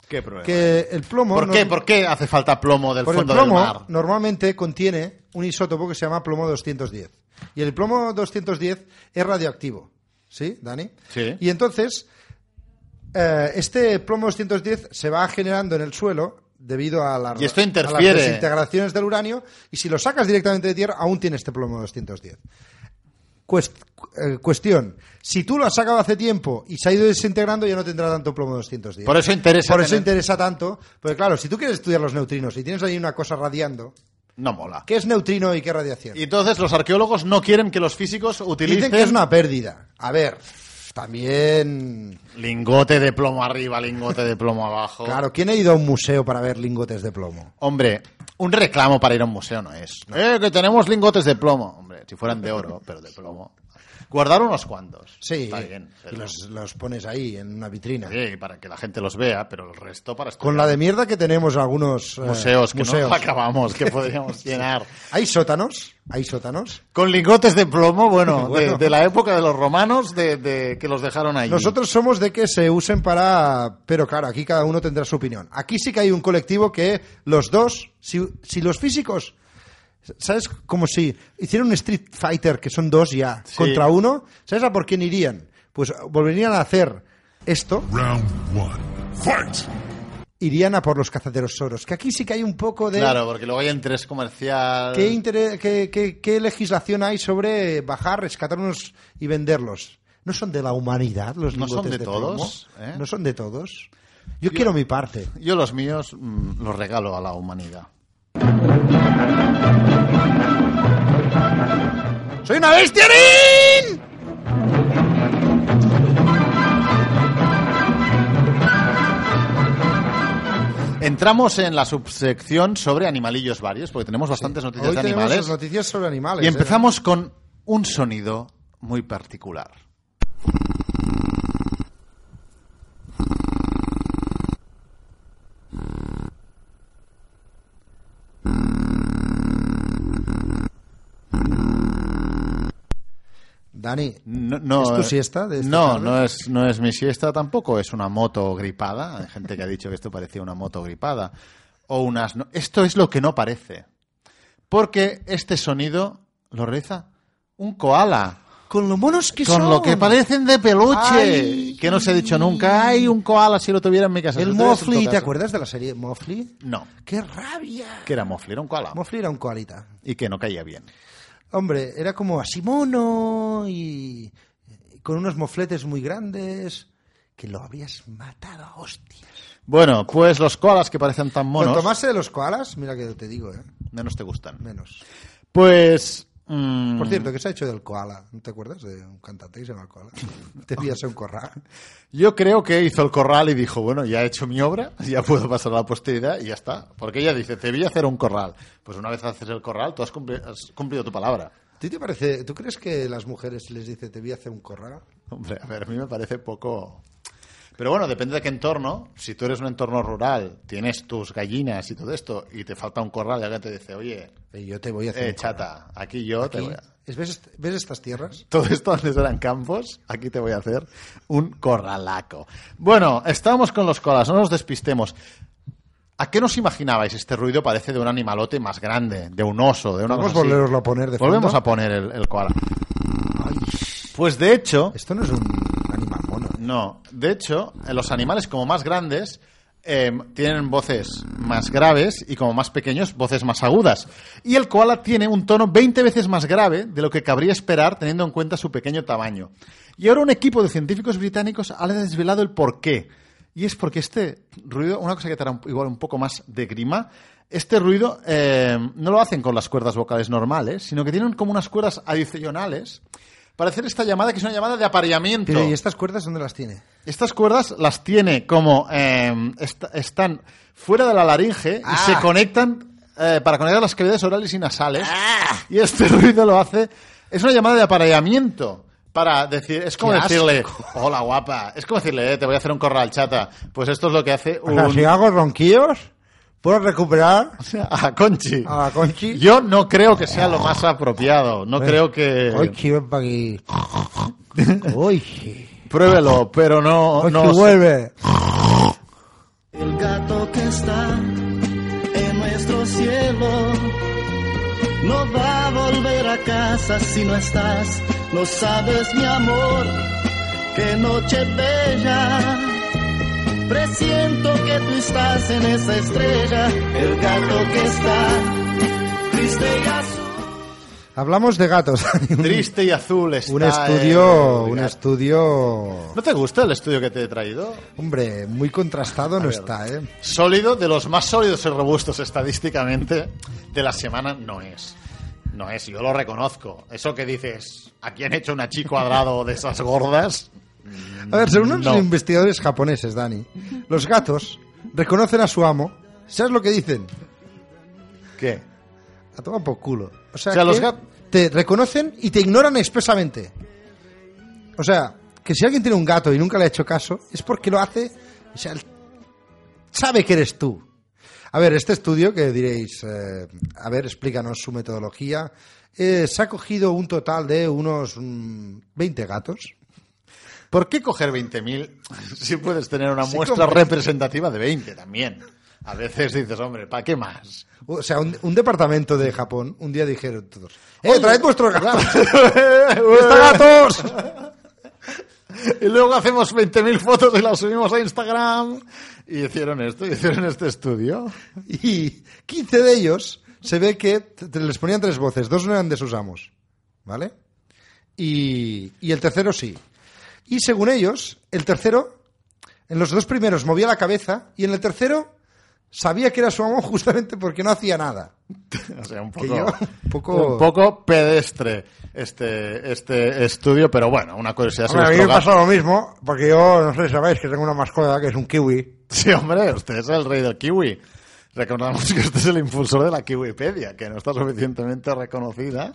S2: ¿Qué problema?
S1: Que el plomo...
S2: ¿Por,
S1: no-
S2: qué? ¿Por qué hace falta plomo del
S1: Porque el
S2: fondo
S1: plomo
S2: del mar?
S1: normalmente contiene un isótopo que se llama plomo 210. Y el plomo 210 es radioactivo. ¿Sí, Dani?
S2: Sí.
S1: Y entonces, eh, este plomo 210 se va generando en el suelo debido a, la-
S2: Y esto
S1: a
S2: interfiere.
S1: las desintegraciones del uranio. Y si lo sacas directamente de tierra, aún tiene este plomo 210. Cuest- eh, cuestión. Si tú lo has sacado hace tiempo y se ha ido desintegrando, ya no tendrá tanto plomo 210.
S2: Por eso interesa
S1: Por eso
S2: tener-
S1: interesa tanto. Porque claro, si tú quieres estudiar los neutrinos y tienes ahí una cosa radiando,
S2: No mola.
S1: ¿qué es neutrino y qué es radiación?
S2: Y entonces los arqueólogos no quieren que los físicos utilicen
S1: Dicen que es una pérdida. A ver, también...
S2: lingote de plomo arriba, lingote de plomo abajo.
S1: Claro, ¿quién ha ido a un museo para ver lingotes de plomo?
S2: Hombre, un reclamo para ir a un museo no es. Eh, que tenemos lingotes de plomo. Hombre, si fueran de oro, pero de plomo. Guardar unos cuantos.
S1: Sí,
S2: Está bien.
S1: y
S2: pero-
S1: los, los pones ahí en una vitrina.
S2: Sí, para que la gente los vea, pero el resto para
S1: Con la
S2: estudiar.
S1: de mierda que tenemos en algunos eh,
S2: museos que
S1: museos.
S2: no acabamos, que podríamos llenar.
S1: ¿Hay sótanos? ¿Hay sótanos?
S2: Con lingotes de plomo, bueno,
S1: Bueno.
S2: De, de la época de los romanos, de, de- que los dejaron ahí.
S1: Nosotros somos de que se usen para... Pero claro, aquí cada uno tendrá su opinión. Aquí sí que hay un colectivo que los dos, si, si los físicos... ¿Sabes? Como si hicieran un Street Fighter, que son dos ya,
S2: Sí.
S1: contra uno. ¿Sabes a por quién irían? Pues volverían a hacer esto.
S6: Round one. Fight!
S1: Irían a por los cazaderos soros. Que aquí sí que hay un poco de...
S2: Claro, porque luego hay interés comercial.
S1: ¿Qué, intere- qué- qué- qué legislación hay sobre bajar, rescatarnos y venderlos? ¿No son de la humanidad los
S2: ¿No son
S1: lingotes
S2: de todos,
S1: plomo?
S2: eh?
S1: ¿No son de todos? Yo, quiero mi parte.
S2: Yo los míos mm, los regalo a la humanidad.
S1: ¡Soy una bestia, Rin!
S2: Entramos en la subsección sobre animalillos varios, porque tenemos bastantes noticias
S1: Hoy
S2: de
S1: tenemos
S2: animales.
S1: noticias sobre animales.
S2: Y
S1: eh.
S2: empezamos con un sonido muy particular.
S1: Dani,
S2: No, no,
S1: ¿Es tu
S2: eh,
S1: siesta de esta
S2: no,
S1: tarde?
S2: no es, no es mi siesta tampoco, es una moto gripada. Hay gente que ha dicho que esto parecía una moto gripada. O unas. no- Esto es lo que no parece. Porque este sonido lo realiza un koala.
S1: con lo monos que
S2: Con
S1: son.
S2: lo que parecen de peluche.
S1: Ay.
S2: Que no se ha dicho nunca. Hay un koala si lo tuviera en mi casa. Si
S1: El
S2: lo tuvieras en tu
S1: Mofli, ¿te
S2: casa.
S1: acuerdas de la serie Mofli?
S2: No,
S1: ¡Qué rabia!
S2: que era Mofli, era un koala.
S1: Mofli era un koalita.
S2: Y que no caía bien.
S1: Hombre, era como así mono y y con unos mofletes muy grandes que lo habrías matado a hostias.
S2: Bueno, pues los koalas que parecen tan monos,
S1: Cuanto más sé de los koalas, mira que te digo, ¿eh?
S2: menos te gustan.
S1: menos.
S2: Pues... mm,
S1: Por cierto, ¿qué se ha hecho del koala? ¿No te acuerdas de un cantante que se llama koala? Te pillas un corral.
S2: Yo creo que hizo el corral y dijo, bueno, ya he hecho mi obra, ya puedo pasar a la posteridad y ya está. Porque ella dice, te vi hacer un corral. Pues una vez haces el corral, tú has, cumpli- has cumplido tu palabra.
S1: ¿A ti te parece, tú crees que las mujeres les dice te voy a hacer un corral?
S2: Hombre, a ver, a mí me parece poco... Pero bueno, depende de qué entorno. Si tú eres un entorno rural, tienes tus gallinas y todo esto, y te falta un corral y alguien te dice, oye,
S1: Eh, Yo te voy a hacer
S2: eh,
S1: un corral.
S2: chata, aquí yo te
S1: Aquí,
S2: voy a...
S1: ¿es- ¿Ves, est- ves estas tierras?
S2: Todo esto antes eran campos, aquí te voy a hacer un corralaco. Bueno, estábamos con los colas, no nos despistemos. ¿A qué nos imaginabais? Este ruido parece de un animalote más grande, de un oso, de una
S1: Vamos a
S2: cosa así.
S1: volveroslo a poner de
S2: Volvemos
S1: fondo.
S2: a poner el, el koala. Pues de hecho,
S1: Esto no es un animal mono. ¿eh?
S2: no, de hecho, eh, los animales como más grandes eh, tienen voces más graves y como más pequeños, voces más agudas. Y el koala tiene un tono 20 veces más grave de lo que cabría esperar teniendo en cuenta su pequeño tamaño. Y ahora un equipo de científicos británicos ha desvelado el porqué. Y es porque este ruido, una cosa que te hará un- igual un poco más de grima, este ruido eh, no lo hacen con las cuerdas vocales normales, sino que tienen como unas cuerdas adicionales para hacer esta llamada que es una llamada de apareamiento.
S1: Pero, ¿y estas cuerdas dónde las tiene?
S2: Estas cuerdas las tiene como eh, est- están fuera de la laringe
S1: Ah.
S2: y se conectan eh, para conectar las cavidades orales y nasales.
S1: Ah.
S2: Y este ruido lo hace. Es una llamada de apareamiento para decir. Es como
S1: ¡Qué asco!
S2: decirle, hola guapa. Es como decirle, "Eh, te voy a hacer un corral chata. Pues esto es lo que hace
S1: O sea,
S2: un.
S1: si hago ronquillos, puedo recuperar
S2: A Conchi.
S1: a la Conchi.
S2: Yo no creo que sea lo más apropiado. No
S1: Ven.
S2: creo que.
S1: Conchi, ven para aquí. Conchi,
S2: Pruébelo, pero no.
S1: Conchi,
S2: no sé.
S1: vuelve.
S7: El gato que está en nuestro cielo no va a volver a casa si no estás. No sabes, mi amor, qué noche bella. Presiento que tú estás en esa estrella. El gato que está triste y azul.
S1: Hablamos de gatos.
S2: Triste y azul está.
S1: un estudio,
S2: el-
S1: un estudio,
S2: ¿No te gusta el estudio que te he traído?
S1: hombre, muy contrastado no está, ¿eh?
S2: Sólido, de los más sólidos y robustos estadísticamente de la semana, no es. No es, yo lo reconozco. Eso que dices, aquí han hecho una chi cuadrado de esas gordas.
S1: A ver, según unos
S2: No.
S1: investigadores japoneses, Dani, los gatos reconocen a su amo. ¿Sabes lo que dicen?
S2: ¿Qué?
S1: A tomar por culo. O sea,
S2: O sea,
S1: que
S2: los gat-
S1: te reconocen y te ignoran expresamente. O sea, que si alguien tiene un gato y nunca le ha hecho caso, es porque lo hace. O sea, el- sabe que eres tú. A ver, este estudio que diréis, eh, a ver, explícanos su metodología. Eh, se ha cogido un total de unos mm, 20 gatos.
S2: ¿Por qué coger 20.000 si puedes tener una
S1: Sí,
S2: muestra
S1: hombre.
S2: representativa de 20 también? A veces dices, hombre, ¿para qué más?
S1: O sea, un, un departamento de Japón, un día dijeron todos, ¡eh, traed vuestros gatos! ¡Está gatos!
S2: Y luego hacemos 20.000 fotos y las subimos a Instagram. Y hicieron esto, y hicieron este estudio.
S1: Y 15 de ellos se ve que t- t- les ponían tres voces, dos no eran de sus amos, ¿vale? Y, y el tercero sí. Y según ellos, el tercero, en los dos primeros movía la cabeza y en el tercero sabía que era su amo justamente porque no hacía nada.
S2: O sea, un
S1: Que
S2: poco,
S1: yo- un poco-
S2: un poco pedestre este, este estudio, pero bueno, una curiosidad. si
S1: Hombre, a mí me
S2: vuestro
S1: pasa lo mismo, porque yo, no sé, sabéis que tengo una mascota que es un kiwi.
S2: Sí, hombre, usted es el rey del kiwi. Recordamos que usted es el impulsor de la Kiwipedia, que no está suficientemente reconocida.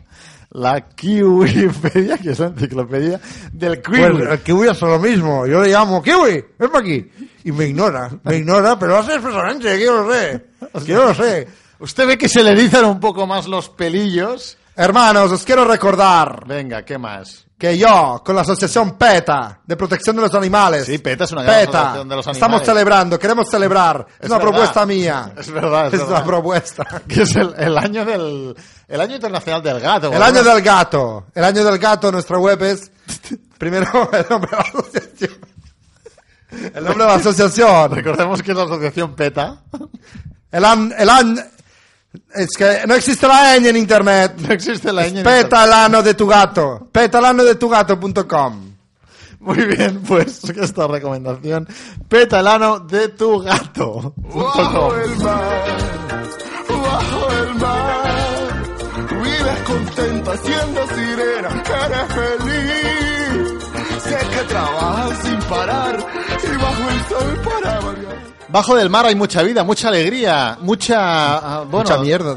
S2: La Kiwipedia, que es la enciclopedia del kiwi.
S1: Pues el kiwi hace lo mismo, yo le llamo, kiwi, ven para aquí. Y me ignora, me ignora, pero lo hace expresamente, que yo lo sé, que yo lo sé.
S2: Usted ve que se le erizan un poco más los pelillos.
S1: Hermanos, os quiero recordar
S2: Venga, ¿qué más?
S1: que yo, con la Asociación PETA de Protección de los Animales,
S2: Sí, PETA es una gran
S1: PETA,
S2: asociación de los
S1: estamos
S2: animales.
S1: celebrando, queremos celebrar, es, una
S2: verdad.
S1: propuesta mía.
S2: Es verdad, es,
S1: es
S2: verdad.
S1: una propuesta.
S2: Que es el, el año del el año internacional del gato.
S1: El año del gato, el año del gato, nuestra web es, primero, el nombre de la asociación. El nombre de la asociación.
S2: Recordemos que es la asociación PETA.
S1: El an, el an, es que no existe la ñ en internet.
S2: No existe la ñ. en
S1: PETA el ano de tu gato. PETA el ano de tu gato.com.
S2: Muy bien, pues esta recomendación. Petalano de tu gato.
S6: Bajo el mar, bajo el mar, vives contenta siendo sirena, eres feliz. Sé que trabajas sin parar y bajo el sol para variar.
S2: Bajo del mar hay mucha vida, mucha alegría, mucha... ah, bueno,
S1: Mucha mierda.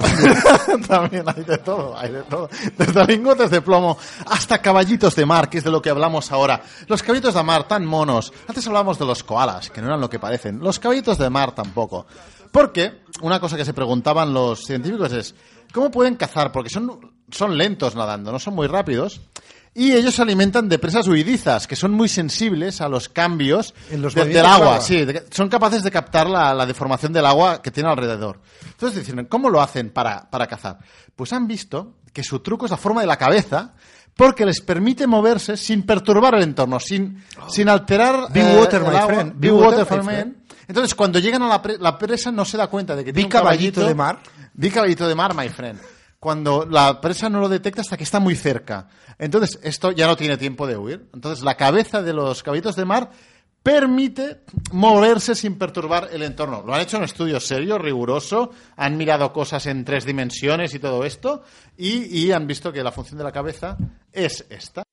S2: También hay de todo, hay de todo. Desde lingotes de plomo hasta caballitos de mar, que es de lo que hablamos ahora. Los caballitos de mar tan monos. Antes hablábamos de los koalas, que no eran lo que parecen. Los caballitos de mar tampoco. Porque una cosa que se preguntaban los científicos es, ¿cómo pueden cazar? Porque son, son lentos nadando, no son muy rápidos. Y ellos se alimentan de presas huidizas, que son muy sensibles a los cambios
S1: En los
S2: de- del
S1: movimientos del
S2: agua.
S1: agua.
S2: Sí, de- son capaces de captar la, la deformación del agua que tiene alrededor. Entonces dicen, ¿cómo lo hacen para, para cazar? Pues han visto que su truco es la forma de la cabeza porque les permite moverse sin perturbar el entorno, sin, sin alterar
S1: Oh. Be
S2: eh,
S1: water,
S2: el
S1: my
S2: agua.
S1: friend.
S2: Be
S1: Be
S2: water,
S1: water,
S2: my
S1: my
S2: friend. ¿eh? Entonces, cuando llegan a la, pre- la presa, no se da cuenta de que tiene un
S1: caballito de mar.
S2: Vi caballito de mar, my friend. Cuando la presa no lo detecta hasta que está muy cerca. Entonces, esto ya no tiene tiempo de huir. Entonces, la cabeza de los caballitos de mar permite moverse sin perturbar el entorno. Lo han hecho en un estudio serio, riguroso, han mirado cosas en tres dimensiones y todo esto, y, y han visto que la función de la cabeza es esta.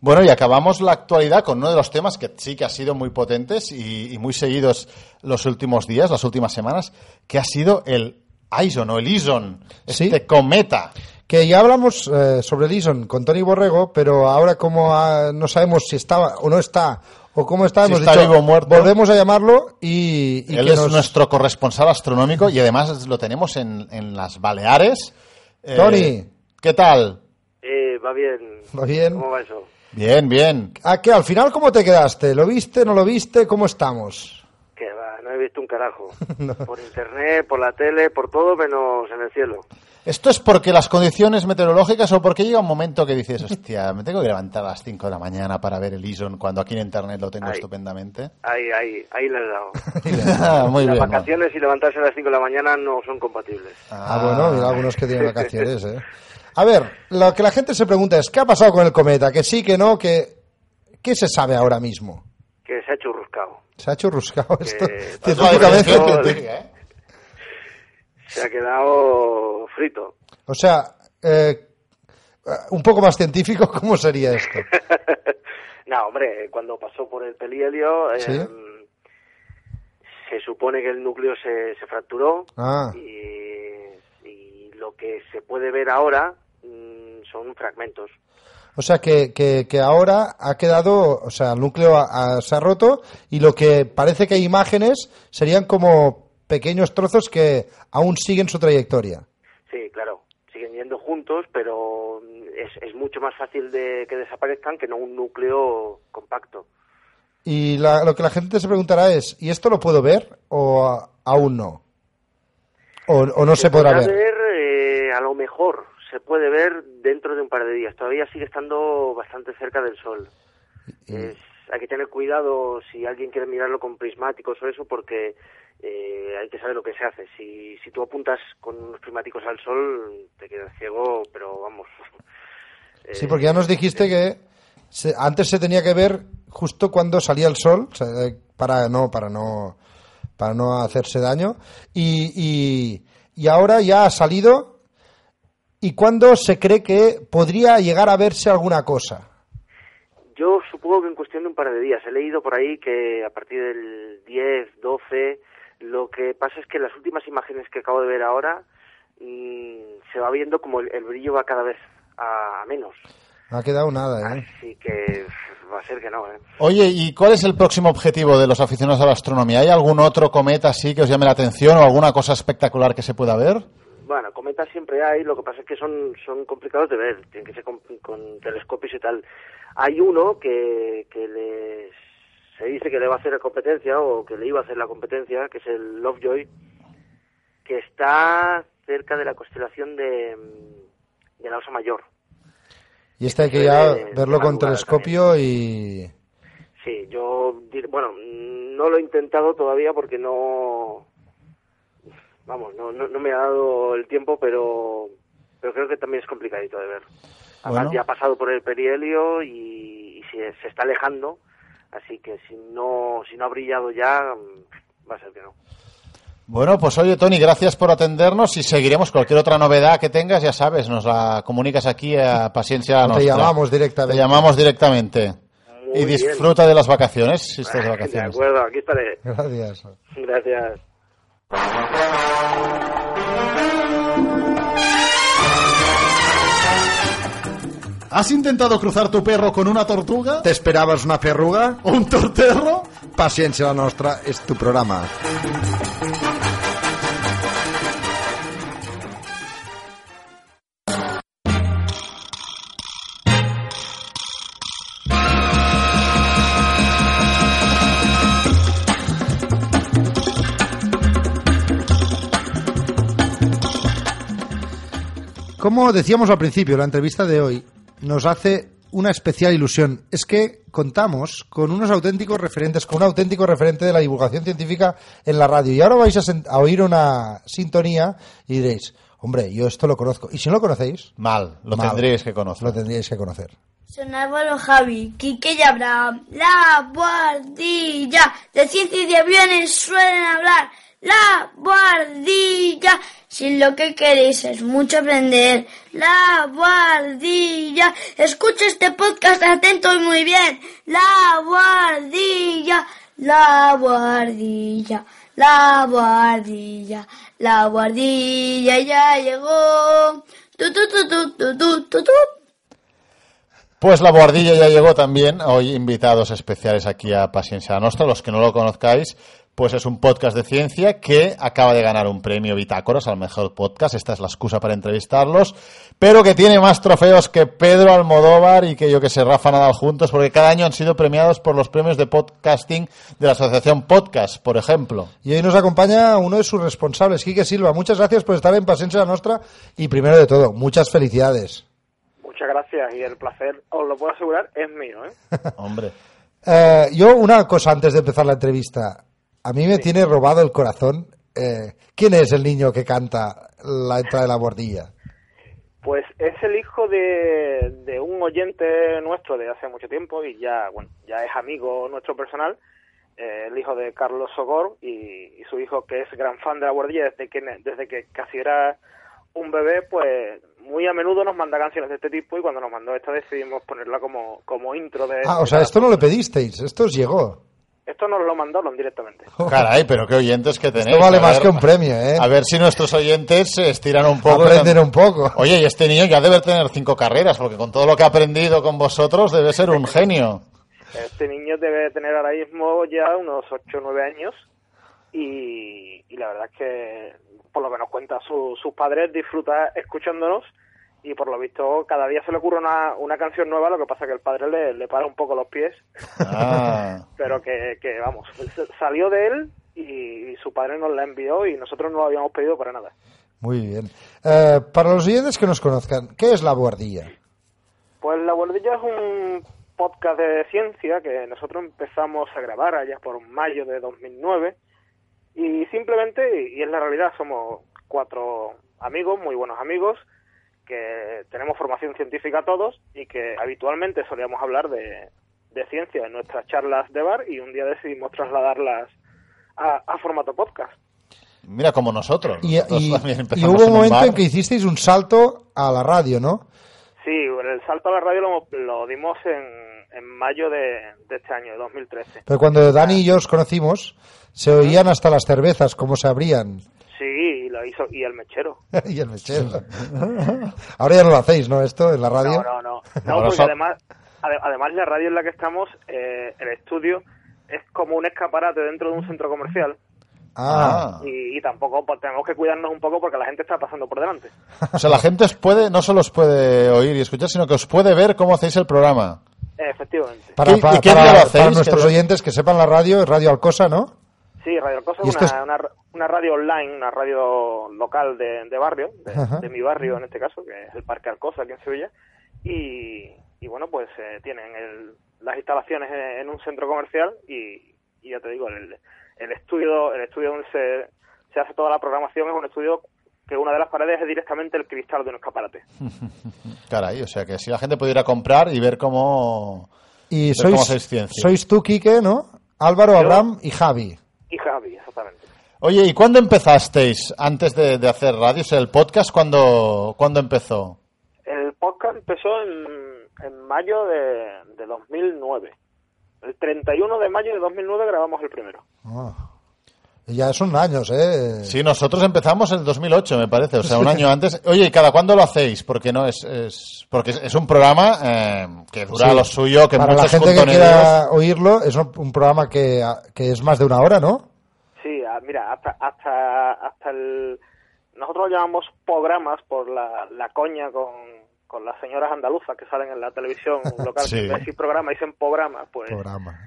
S2: Bueno, y acabamos la actualidad con uno de los temas que sí que ha sido muy potentes y, y muy seguidos los últimos días, las últimas semanas, que ha sido el ISON o el ISON,
S1: Sí.
S2: este cometa.
S1: Que ya hablamos eh, sobre Lison con Tony Borrego, pero ahora como ah, no sabemos si estaba o no está, o cómo
S2: Si
S1: está, hemos
S2: está
S1: dicho,
S2: vivo o muerto.
S1: volvemos a llamarlo y, y
S2: Él
S1: que
S2: es
S1: nos-
S2: nuestro corresponsal astronómico y además lo tenemos en, en las Baleares. Eh,
S1: Tony.
S2: ¿Qué tal?
S8: Eh, va bien.
S1: Va bien.
S8: ¿Cómo va eso?
S2: Bien, bien.
S1: ¿A qué? ¿Al final cómo te quedaste? ¿Lo viste? ¿No lo viste? ¿Cómo estamos?
S8: Que va, no he visto un carajo. Por internet, por la tele, por todo, menos en el cielo.
S2: ¿Esto es porque las condiciones meteorológicas o porque llega un momento que dices, hostia, me tengo que levantar a las 5 de la mañana para ver el ISON cuando aquí en internet lo tengo
S8: Ay.
S2: estupendamente?
S8: Ahí, ahí, ahí le he dado.
S2: Muy
S8: Las
S2: bien. bueno.
S8: vacaciones y levantarse a las 5 de la mañana no son compatibles.
S1: Ah, bueno, mira, algunos que tienen vacaciones, ¿eh? A ver, lo que la gente se pregunta es, ¿qué ha pasado con el cometa? Que sí, que no, que... ¿Qué se sabe ahora mismo?
S8: Que se ha churruscado.
S1: Se ha churruscado esto.
S8: Eh,
S2: Es la
S1: científicamente.
S8: diferencia
S2: diferencia
S8: que
S2: que tiene, ¿eh?
S8: Se ha quedado frito.
S1: O sea, eh, un poco más científico, ¿cómo sería esto?
S8: no, hombre, cuando pasó por el perihelio, eh,
S1: Sí.
S9: em, se supone que el núcleo se, se fracturó
S1: Ah.
S9: y, y lo que se puede ver ahora mm, son fragmentos.
S1: O sea, que, que, que ahora ha quedado, o sea, el núcleo ha- ha- se ha roto y lo que parece que hay imágenes serían como pequeños trozos que aún siguen su trayectoria.
S9: Sí, claro, siguen yendo juntos, pero mm, es, es mucho más fácil de que desaparezcan que no un núcleo compacto.
S1: Y la- lo que la gente se preguntará es, ¿y esto lo puedo ver o a- aún no? O, o no se podrá
S9: podrá
S1: ver.
S9: eh, a lo mejor se puede ver dentro de un par de días. Todavía sigue estando bastante cerca del sol. Es- hay que tener cuidado si alguien quiere mirarlo con prismáticos o eso, porque eh, hay que saber lo que se hace. Si, si tú apuntas con unos prismáticos al sol, te quedas ciego, pero vamos.
S1: Sí,
S9: Eh,
S1: porque ya nos dijiste que se- antes se tenía que ver justo cuando salía el sol, o sea, eh, para no, para no, para no hacerse daño. Y, y- y ahora ya ha salido. ¿Y cuándo se cree que podría llegar a verse alguna cosa?
S9: Yo supongo que en cuestión de un par de días. He leído por ahí que a partir del 10, 12, lo que pasa es que las últimas imágenes que acabo de ver ahora mm, se va viendo como el, el brillo va cada vez a, a menos.
S1: No ha quedado nada, ¿eh?
S9: Así que pff, va a ser que no, ¿eh?
S2: Oye, ¿y cuál es el próximo objetivo de los aficionados a la astronomía? ¿Hay algún otro cometa así que os llame la atención o alguna cosa espectacular que se pueda ver?
S9: Bueno, cometas siempre hay, lo que pasa es que son, son complicados de ver, tienen que ser con, con telescopios y tal. Hay uno que, que les- se dice que le va a hacer la competencia o que le iba a hacer la competencia, que es el Lovejoy, que está cerca de la constelación de, mm, de la Osa Mayor.
S1: Y este hay que
S9: Eh,
S1: ya
S9: eh,
S1: verlo con
S9: madrugada
S1: telescopio y...
S9: Sí, yo, dir- bueno, mm, no lo he intentado todavía porque no, vamos, no, no, no me ha dado el tiempo, pero, pero creo que también es complicadito de ver. Además,
S2: Ah, Bueno.
S9: ya ha pasado por el perihelio y, y se, se está alejando, así que si no, si no ha brillado ya, mm, va a ser que no.
S2: Bueno, pues oye, Tony, gracias por atendernos y seguiremos cualquier otra novedad que tengas, ya sabes, nos la comunicas aquí a Paciencia
S1: Te
S2: Nostra.
S1: llamamos
S2: Te
S1: directamente.
S2: llamamos directamente.
S9: Muy
S2: y
S9: bien. Ah,
S2: disfruta de las vacaciones, si estás de
S9: De
S2: vacaciones.
S9: acuerdo, aquí estaré.
S1: Gracias.
S9: Gracias.
S10: ¿Has intentado cruzar tu perro con una tortuga?
S1: ¿Te esperabas una perruga?
S10: ¿O un torterro?
S1: Paciencia la nuestra, es tu programa. Como decíamos al principio, la entrevista de hoy nos hace una especial ilusión. Es que contamos con unos auténticos referentes, con un auténtico referente de la divulgación científica en la radio. Y ahora vais a, sen- a oír una sintonía y diréis, hombre, yo esto lo conozco. Y si no lo conocéis,
S2: Mal, lo
S1: mal,
S2: tendríais que conocer.
S1: Lo tendríais que conocer.
S11: Sonaba los Javi, Quique y Abraham. La guardilla de ciencia y de aviones suelen hablar. La guardilla. Si lo que queréis es mucho aprender. La guardilla. Escucha este podcast atento y muy bien. La guardilla. La guardilla. La guardilla. La guardilla ya llegó. Tu, tu, tu, tu, tu, tu, tu, tu.
S2: Pues la guardilla ya llegó también. Hoy invitados especiales aquí a Paciencia Nostra. Los que no lo conozcáis, pues es un podcast de ciencia que acaba de ganar un premio Bitácoras al mejor podcast. Esta es la excusa para entrevistarlos. Pero que tiene más trofeos que Pedro Almodóvar y que yo que sé, Rafa Nadal juntos, porque cada año han sido premiados por los premios de podcasting de la Asociación Podcast, por ejemplo.
S1: Y hoy nos acompaña uno de sus responsables, Quique Silva. Muchas gracias por estar en Paciencia la Nostra. Y primero de todo, muchas felicidades.
S9: Muchas gracias y el placer, os lo puedo asegurar, es mío, ¿eh?
S2: Hombre.
S1: Eh, yo una cosa antes de empezar la entrevista. A mí me tiene robado el corazón. Eh, ¿Quién es el niño que canta la entrada de la bordilla?
S9: Pues es el hijo de, de un oyente nuestro de hace mucho tiempo y ya, bueno, ya es amigo nuestro personal, eh, el hijo de Carlos Sogor y, y su hijo que es gran fan de la guardilla desde que, ne- desde que casi era un bebé, pues muy a menudo nos manda canciones de este tipo y cuando nos mandó esta decidimos ponerla como, como intro de...
S1: Ah, o sea, esto no lo pedisteis, esto os llegó.
S9: Esto nos lo mandaron directamente.
S2: Caray, pero qué oyentes que tenéis.
S1: Esto vale
S2: A
S1: más
S2: ver-
S1: que un premio, ¿eh?
S2: A ver si nuestros oyentes se estiran un poco.
S1: Aprenden un poco.
S2: Oye, y este niño ya debe tener cinco carreras, porque con todo lo que ha aprendido con vosotros debe ser un genio.
S9: Este niño debe tener ahora mismo ya unos 8 o 9 años y, y la verdad es que, por lo que nos cuenta su- sus padres, disfruta escuchándonos y por lo visto cada día se le ocurre una, una canción nueva, lo que pasa que el padre le, le para un poco los pies,
S2: Ah,
S9: pero que, que vamos, s- salió de él y, su padre nos la envió y nosotros no lo habíamos pedido para nada.
S1: Muy bien. Eh, para los oyentes que nos conozcan, ¿qué es la buhardilla?
S9: Pues La Guardilla es un podcast de ciencia que nosotros empezamos a grabar allá por mayo de 2009 y simplemente, y es la realidad, somos cuatro amigos, muy buenos amigos, que tenemos formación científica todos y que habitualmente solíamos hablar de, de ciencia en nuestras charlas de bar y un día decidimos trasladarlas a, a formato podcast.
S2: mira, como nosotros.
S1: Y,
S2: Nosotros
S1: y-
S2: también
S1: y
S2: empezamos
S1: hubo
S2: en un
S1: un momento
S2: bar.
S1: en que hicisteis un salto a la radio, ¿no?
S9: Sí, el salto a la radio lo, lo dimos en, en mayo de, de este año, de 2013.
S1: Pero cuando Dani y yo os conocimos, se oían hasta las cervezas, cómo se abrían.
S9: Sí, y lo hizo, y el mechero.
S1: y el mechero. Ahora ya no lo hacéis, ¿no? Esto en la radio.
S9: No, no, no. No,
S2: Ahora
S9: porque
S2: so-
S9: además, ade- además la radio en la que estamos, eh, el estudio, es como un escaparate dentro de un centro comercial.
S1: Ah,
S9: Y, y tampoco pues, tenemos que cuidarnos un poco porque la gente está pasando por delante.
S2: O sea, la gente os puede, no solo os puede oír y escuchar, sino que os puede ver cómo hacéis el programa.
S9: Eh, efectivamente.
S1: para,
S2: ¿Y-
S1: para-
S2: y qué
S1: para-
S2: día lo
S1: para
S2: hacéis?
S1: nuestros
S2: ¿Qué-
S1: oyentes que sepan la radio, es Radio Alcosa, ¿no?
S9: Sí, Radio Cosa
S1: ¿Y
S9: es
S1: esto
S9: una,
S1: es-
S9: una, ra- una radio online, una radio local de, de barrio, de,
S1: Ajá.
S9: de mi barrio en este caso, que es el Parque Alcosa aquí en Sevilla. Y, y bueno, pues eh, tienen el- las instalaciones en, en un centro comercial y, y ya te digo, el, el estudio el estudio donde se, se hace toda la programación es un estudio que una de las paredes es directamente el cristal de un escaparate.
S2: Caray, o sea, que si la gente pudiera comprar y ver cómo...
S1: Y
S2: Pero ¿cómo
S1: sois,
S2: hacéis ciencia?
S1: sois tú, Quique, ¿no? Álvaro, Abraham y Javi.
S9: Y Javi, exactamente.
S2: Oye, ¿y cuándo empezasteis antes de, de hacer radio? O sea, el podcast, ¿cuándo, ¿cuándo empezó?
S9: El podcast empezó en, en mayo de, de 2009. El 31 de mayo de 2009 grabamos el primero.
S1: Ah. Ya son años, ¿eh?
S2: Sí, nosotros empezamos en el 2008, me parece, o sea, un año antes. Oye, ¿y cada cuándo lo hacéis? Porque no es, es porque es- es un programa eh, que dura
S1: Sí.
S2: lo suyo, que
S1: Para la
S2: muchos
S1: gente que
S2: contoneros-
S1: quiera oírlo, es un, un programa que, que es más de una hora, ¿no?
S9: Sí, ah, mira, hasta, hasta, hasta el... Nosotros lo llamamos programas por la, la coña con, con las señoras andaluzas que salen en la televisión local.
S2: Sí.
S9: En vez de decir programa, dicen programas. Pues
S1: Programa.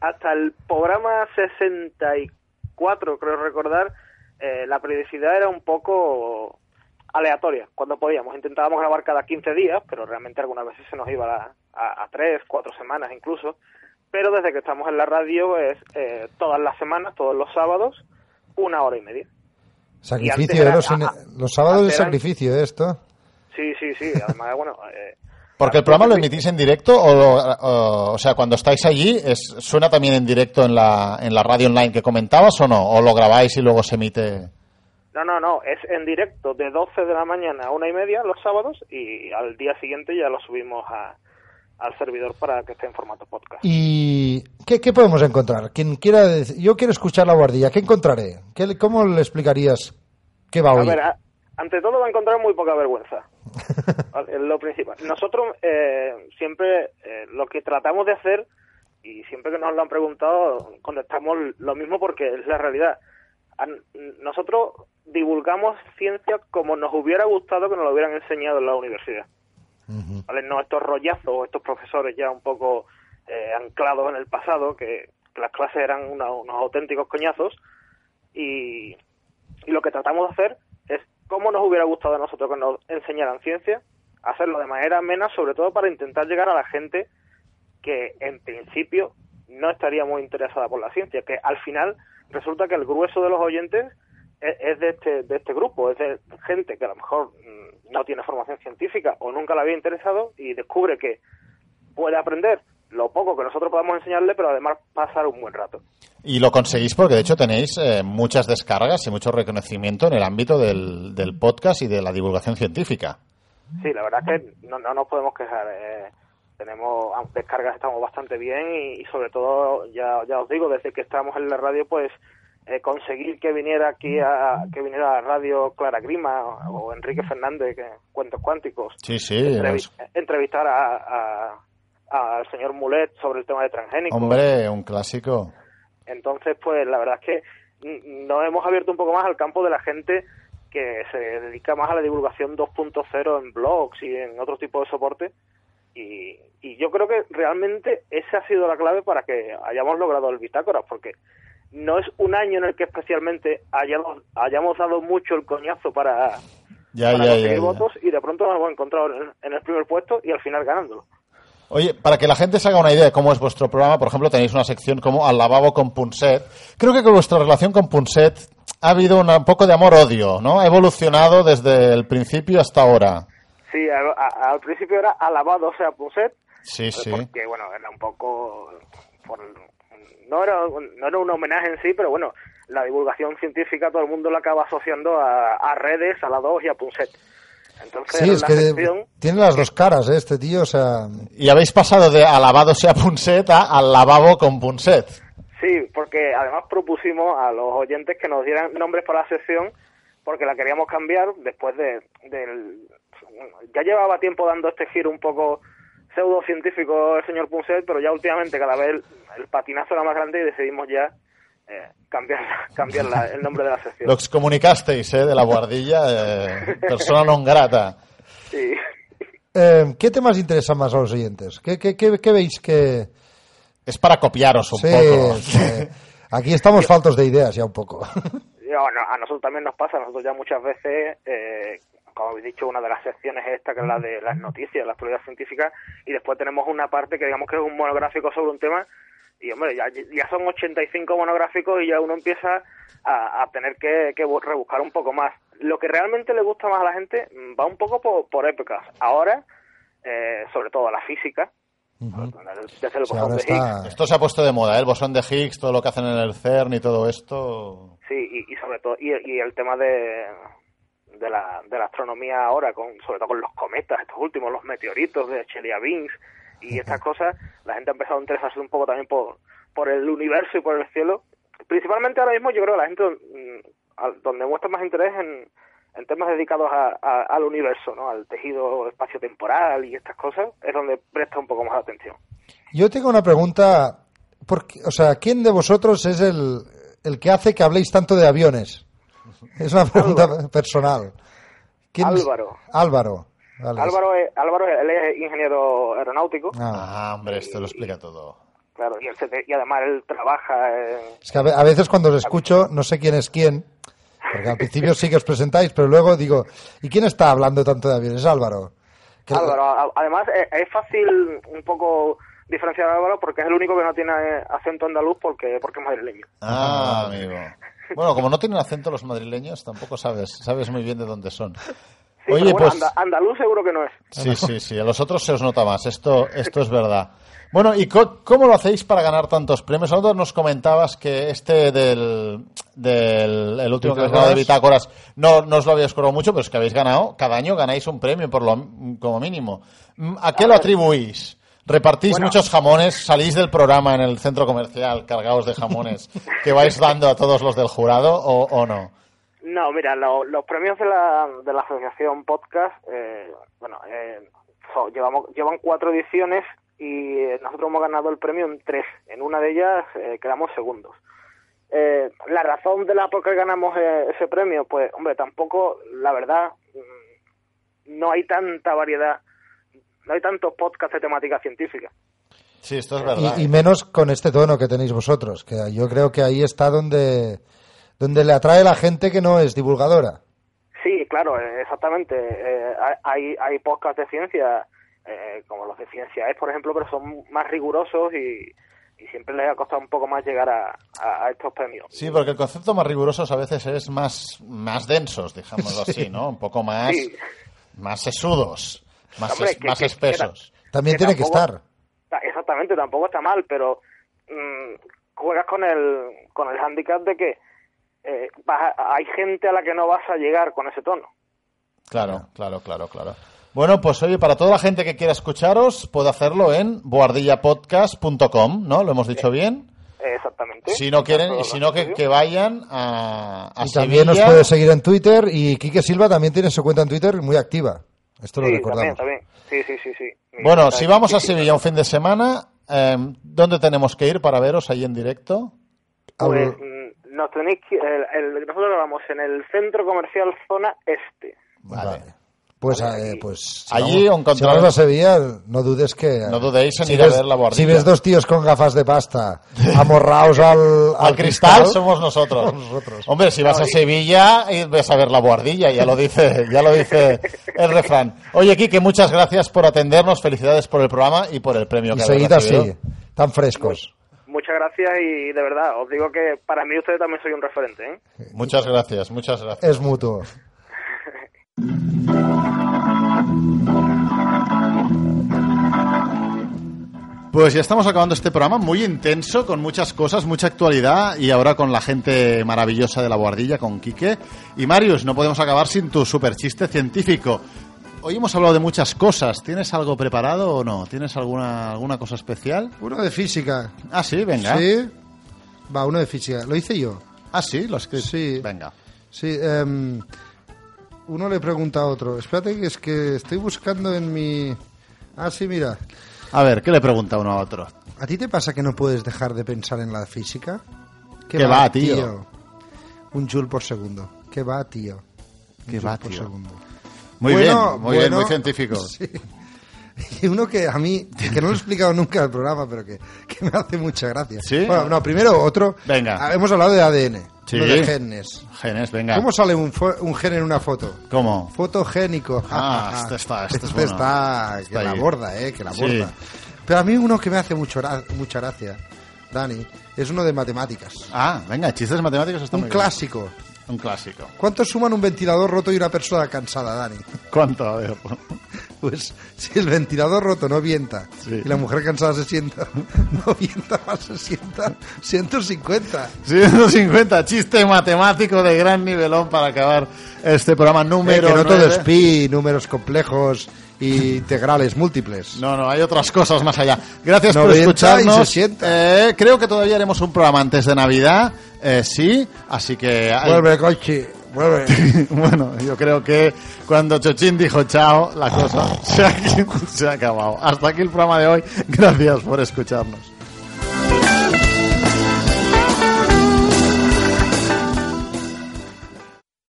S9: hasta el programa 64, creo recordar, eh, la periodicidad era un poco aleatoria cuando podíamos. Intentábamos grabar cada 15 días, pero realmente algunas veces se nos iba a, a, a tres, cuatro semanas incluso. Pero desde que estamos en la radio es eh, todas las semanas, todos los sábados, una hora y media.
S1: Sacrificio, ¿eh?
S9: era-
S1: Los,
S9: ah,
S1: los sábados de
S9: antes era-
S1: sacrificio, ¿eh? esto.
S9: Sí, sí, sí. Además, bueno, eh,
S2: Porque el programa lo emitís en directo o, lo- o, o sea, cuando estáis allí es, suena también en directo en la, en la radio online que comentabas o no, o lo grabáis y luego se emite.
S9: No, no, no, es en directo de 12 de la mañana a una y media los sábados y al día siguiente ya lo subimos a- al servidor para que esté en formato podcast.
S1: ¿Y qué, qué podemos encontrar? Quien quiera dec- yo quiero escuchar la guardilla, ¿qué encontraré? ¿Qué, le- ¿Cómo le explicarías qué va a
S9: A
S1: oír?
S9: ver, a- ante todo va a encontrar muy poca vergüenza. Vale, es lo principal. Nosotros eh, siempre eh, lo que tratamos de hacer, y siempre que nos lo han preguntado, contestamos lo mismo porque es la realidad. A n- Nosotros divulgamos ciencia como nos hubiera gustado que nos lo hubieran enseñado en la universidad. ¿Vale? No estos rollazos, estos profesores ya un poco eh, anclados en el pasado, que, que las clases eran una- unos auténticos coñazos, y, y lo que tratamos de hacer es cómo nos hubiera gustado a nosotros que nos enseñaran ciencia, hacerlo de manera amena, sobre todo para intentar llegar a la gente que en principio no estaría muy interesada por la ciencia, que al final resulta que el grueso de los oyentes es, es de, este, de este grupo, es de gente que a lo mejor mm, no tiene formación científica o nunca la había interesado y descubre que puede aprender lo poco que nosotros podamos enseñarle, pero además pasar un buen rato.
S2: Y lo conseguís porque de hecho tenéis eh, muchas descargas y mucho reconocimiento en el ámbito del, del podcast y de la divulgación científica.
S9: Sí, la verdad es que no, no nos podemos quejar. eh. tenemos ah, descargas, estamos bastante bien y, y sobre todo, ya, ya os digo, desde que estábamos en la radio, pues eh, conseguir que viniera aquí a que viniera a la radio Clara Grima o, o Enrique Fernández, que, Cuentos Cuánticos,
S2: Sí, sí.
S9: entrevi-
S2: es-
S9: entrevistar a- a- a- al señor Mulet sobre el tema de transgénicos.
S2: Hombre, un clásico.
S9: Entonces, pues la verdad es que mm, nos hemos abierto un poco más al campo de la gente que se dedica más a la divulgación 2.0 en blogs y en otro tipo de soporte. Y, y yo creo que realmente esa ha sido la clave para que hayamos logrado el Bitácoras, porque no es un año en el que especialmente hayamos, hayamos dado mucho el coñazo para,
S2: Ya, ya,
S9: para
S2: ya,
S9: conseguir
S2: ya.
S9: votos y de pronto nos hemos encontrado en, en el primer puesto y al final ganándolo.
S2: Oye, para que la gente se haga una idea de cómo es vuestro programa, por ejemplo, tenéis una sección como Al lavabo con Punset. Creo que con vuestra relación con Punset ha habido una- un poco de amor-odio, ¿no? Ha evolucionado desde el principio hasta ahora.
S9: Sí, al, a- al principio era alabado, o sea, Puset,
S2: Sí, sí.
S9: porque bueno era un poco por- no era no era un homenaje en sí pero bueno la divulgación científica todo el mundo la acaba asociando a, a redes a la 2 y a Punset entonces
S1: Sí, es
S9: la
S1: que
S9: sección
S1: tiene las dos caras, ¿eh? este tío, o sea...
S2: Y habéis pasado de Al lavado sea Punset a Al lavabo con Punset.
S9: sí porque además propusimos a los oyentes que nos dieran nombres para la sección porque la queríamos cambiar después de del ya llevaba tiempo dando este giro un poco pseudocientífico el señor Punset pero ya últimamente cada vez el, el patinazo era más grande y decidimos ya eh, cambiar, cambiar la- el nombre de la sección.
S2: Lo excomunicasteis, ¿eh? De la guardilla, eh, persona non grata.
S9: Sí.
S1: Eh, ¿Qué temas interesan más a los oyentes? ¿Qué, qué, qué- qué veis que...?
S2: Es para copiaros un
S1: Sí,
S2: poco.
S1: sí. Aquí estamos faltos de ideas ya un poco.
S9: Y, bueno, a nosotros también nos pasa, nosotros ya muchas veces, eh, como habéis dicho, una de las secciones es esta, que es la de las noticias, las pruebas científicas, y después tenemos una parte que digamos que es un monográfico sobre un tema, y hombre, ya, ya son 85 monográficos y ya uno empieza a, a tener que, que bu- rebuscar un poco más. Lo que realmente le gusta más a la gente mm, va un poco por, por épocas. Ahora, eh, sobre todo la física, desde el
S1: Sí,
S9: bosón
S1: ahora
S9: de Higgs,
S1: está...
S2: Esto se ha puesto de moda, ¿eh? El bosón de Higgs, todo lo que hacen en el CERN y todo esto.
S9: Sí, y, y sobre todo, y, y el tema de, de, la, de la astronomía ahora, con, sobre todo con los cometas, estos últimos, los meteoritos de Chelyabinsk y estas cosas, la gente ha empezado a interesarse un poco también por, por el universo y por el cielo. Principalmente ahora mismo yo creo que la gente mm, al- donde muestra más interés en, en temas dedicados a- a- al universo, ¿no? al tejido espaciotemporal y estas cosas, es donde presta un poco más atención.
S1: Yo tengo una pregunta. ¿Por qué- o sea, ¿quién de vosotros es el, el que hace que habléis tanto de aviones? Es una pregunta personal. ¿Quién es?
S9: Álvaro.
S1: Álvaro. Vale.
S9: Álvaro, es- Álvaro, él es ingeniero aeronáutico.
S1: Ah,
S2: Ah, hombre, esto lo explica todo.
S9: Claro, y, él se te- y además él trabaja en...
S1: es que a ve- a veces cuando os escucho no sé quién es quién. Porque al principio sí que os presentáis, pero luego digo, ¿y quién está hablando tanto de aviones? Álvaro. Que-
S9: Álvaro, a- además eh, es fácil un poco diferenciar a Álvaro porque es el único que no tiene acento andaluz porque, porque es madrileño.
S2: Ah, amigo. Bueno, como no tienen acento los madrileños, tampoco sabes, sabes muy bien de dónde son.
S9: Sí,
S2: Oye,
S9: pero bueno,
S2: pues
S9: anda- andaluz seguro que no es.
S2: sí, sí, sí, a los otros se os nota más, esto esto es verdad. Bueno, ¿y co- cómo lo hacéis para ganar tantos premios? Nosotros nos comentabas que este del, del el último que habéis ganado de Bitácoras no, no os lo habíais currado mucho, pero es que habéis ganado, cada año ganáis un premio por lo, como mínimo. Mm, ¿A qué lo atribuís? Repartís muchos jamones, salís del programa en el centro comercial cargados de jamones que vais dando a todos los del jurado o, o no.
S9: No, mira, lo- los premios de la, de la asociación podcast, eh, bueno, eh, so- llevamos, llevan cuatro ediciones y eh, nosotros hemos ganado el premio en tres. En una de ellas eh, quedamos segundos. Eh, la razón de la por qué ganamos eh, ese premio, pues, hombre, tampoco, la verdad, mm, no hay tanta variedad, no hay tantos podcasts de temática científica.
S2: Sí, esto es
S1: Y-
S2: verdad.
S1: Y, menos con este tono que tenéis vosotros, que yo creo que ahí está donde, donde le atrae la gente que no es divulgadora.
S9: Sí, claro, eh, exactamente. Eh, hay, hay podcasts de ciencia, eh, como los de ciencia es, por ejemplo, pero son más rigurosos y, y siempre les ha costado un poco más llegar a, a- a estos premios.
S2: Sí, porque el concepto más riguroso a veces es más, más densos, digámoslo así, ¿no? Un poco más,
S9: Sí.
S2: más sesudos, más,
S9: Hombre,
S2: es-
S9: que-
S2: más
S9: que-
S2: espesos.
S1: También
S9: Que
S1: tiene que
S9: tampoco-
S1: estar.
S9: Ta- Exactamente, tampoco está mal, pero mm, juegas con el, con el hándicap de que eh, vas a- hay gente a la que no vas a llegar con ese tono.
S2: Claro, claro, claro, claro. Bueno, pues oye, para toda la gente que quiera escucharos, puede hacerlo en boardillapodcast.com, ¿no? ¿Lo hemos dicho bien?
S9: Exactamente.
S2: Si no quieren, y si no, que, que vayan a, a
S1: Y también nos
S2: Sevilla.
S1: puedes seguir en Twitter y Quique Silva también tiene su cuenta en Twitter muy activa. Esto lo
S9: Sí,
S1: recordamos.
S9: también, también. Sí, sí, sí, sí. Mi
S2: Bueno,
S9: cuenta
S2: si
S9: es
S2: vamos a
S9: difícil.
S2: Sevilla un fin de semana, eh, ¿dónde tenemos que ir para veros ahí en directo?
S1: Al-
S9: Pues, mm, nos tenéis que- el- el- nosotros grabamos en el centro comercial zona este.
S1: Vale. Pues, eh, pues si
S2: Allí
S1: vamos-
S2: encontrar-
S1: si vamos a Sevilla, no dudes que... eh,
S2: No dudéis en
S1: si
S2: ir a
S1: ves-
S2: ver la guardilla.
S1: Si ves dos tíos con gafas de pasta amorraos al,
S2: Al cristal somos nosotros. Hombre, si vas a Sevilla, eh, ves a ver la guardilla, ya lo dice, ya lo dice el refrán. Oye, Quique, muchas gracias por atendernos, felicidades por el programa y por el premio
S1: Y
S2: que
S1: seguid
S2: habéis
S1: así,
S2: recibido.
S1: tan frescos.
S9: Muchas gracias y de verdad, os digo que para mí ustedes también soy un referente. ¿eh?
S2: Muchas gracias, muchas gracias.
S1: Es mutuo.
S2: Pues ya estamos acabando este programa muy intenso, con muchas cosas, mucha actualidad y ahora con la gente maravillosa de la guardilla, con Quique. Y Marius, no podemos acabar sin tu super chiste científico. Hoy hemos hablado de muchas cosas. ¿Tienes algo preparado o no? ¿Tienes alguna, alguna cosa especial?
S1: Uno de física.
S2: Ah, sí, venga.
S1: Sí. Va, uno de física. Lo hice yo.
S2: Ah, sí, lo escribí.
S1: Sí.
S2: Venga.
S1: Sí, em, uno le pregunta a otro. Espérate, que es que estoy buscando en mi... Ah, sí, mira.
S2: A ver, ¿qué le pregunta uno a otro?
S1: ¿A ti te pasa que no puedes dejar de pensar en la física?
S2: ¿Qué va, tío?
S1: Un joule por segundo. ¿Qué va, tío? Un
S2: ¿Qué
S1: joule
S2: va,
S1: por
S2: tío?
S1: segundo.
S2: Muy
S1: Bueno,
S2: bien, muy bien, muy
S1: bueno.
S2: científico.
S1: Sí. Y uno que a mí, que no lo he explicado nunca al programa, pero que, que me hace mucha gracia.
S2: ¿Sí?
S1: Bueno, no, primero otro.
S2: Venga.
S1: Ah, Hemos hablado de ADN,
S2: Sí.
S1: no de genes.
S2: Genes, venga.
S1: ¿Cómo sale un, fo- un gen en una foto?
S2: ¿Cómo?
S1: Fotogénico.
S2: Ah, este está- este es
S1: Este
S2: bueno.
S1: está,
S2: Está
S1: que la
S2: ahí.
S1: borda, eh, que la
S2: Sí.
S1: borda. Pero a mí uno que me hace mucho, gra- mucha gracia, Dani, es uno de matemáticas.
S2: Ah, venga, chistes matemáticos está
S1: un
S2: muy bien.
S1: clásico.
S2: Un clásico.
S1: ¿Cuánto suman un ventilador roto y una persona cansada, Dani?
S2: ¿Cuánto? A ver.
S1: Pues si el ventilador roto no vienta
S2: Sí.
S1: y la mujer cansada se sienta, no vienta más, se sienta 150.
S2: 150, chiste matemático de gran nivelón para acabar este programa número
S1: Eh, que no todo
S2: nueve.
S1: es pi, números complejos y integrales múltiples.
S2: No, no, hay otras cosas más allá. Gracias por
S1: 90 y
S2: escucharnos.
S1: 60.
S2: Eh, creo que todavía haremos un programa antes de Navidad, eh, sí, así que... hay-
S1: Vuelve, coche, vuelve.
S2: bueno, yo creo que cuando Chochín dijo chao, la cosa se ha- se ha acabado. Hasta aquí el programa de hoy. Gracias por escucharnos.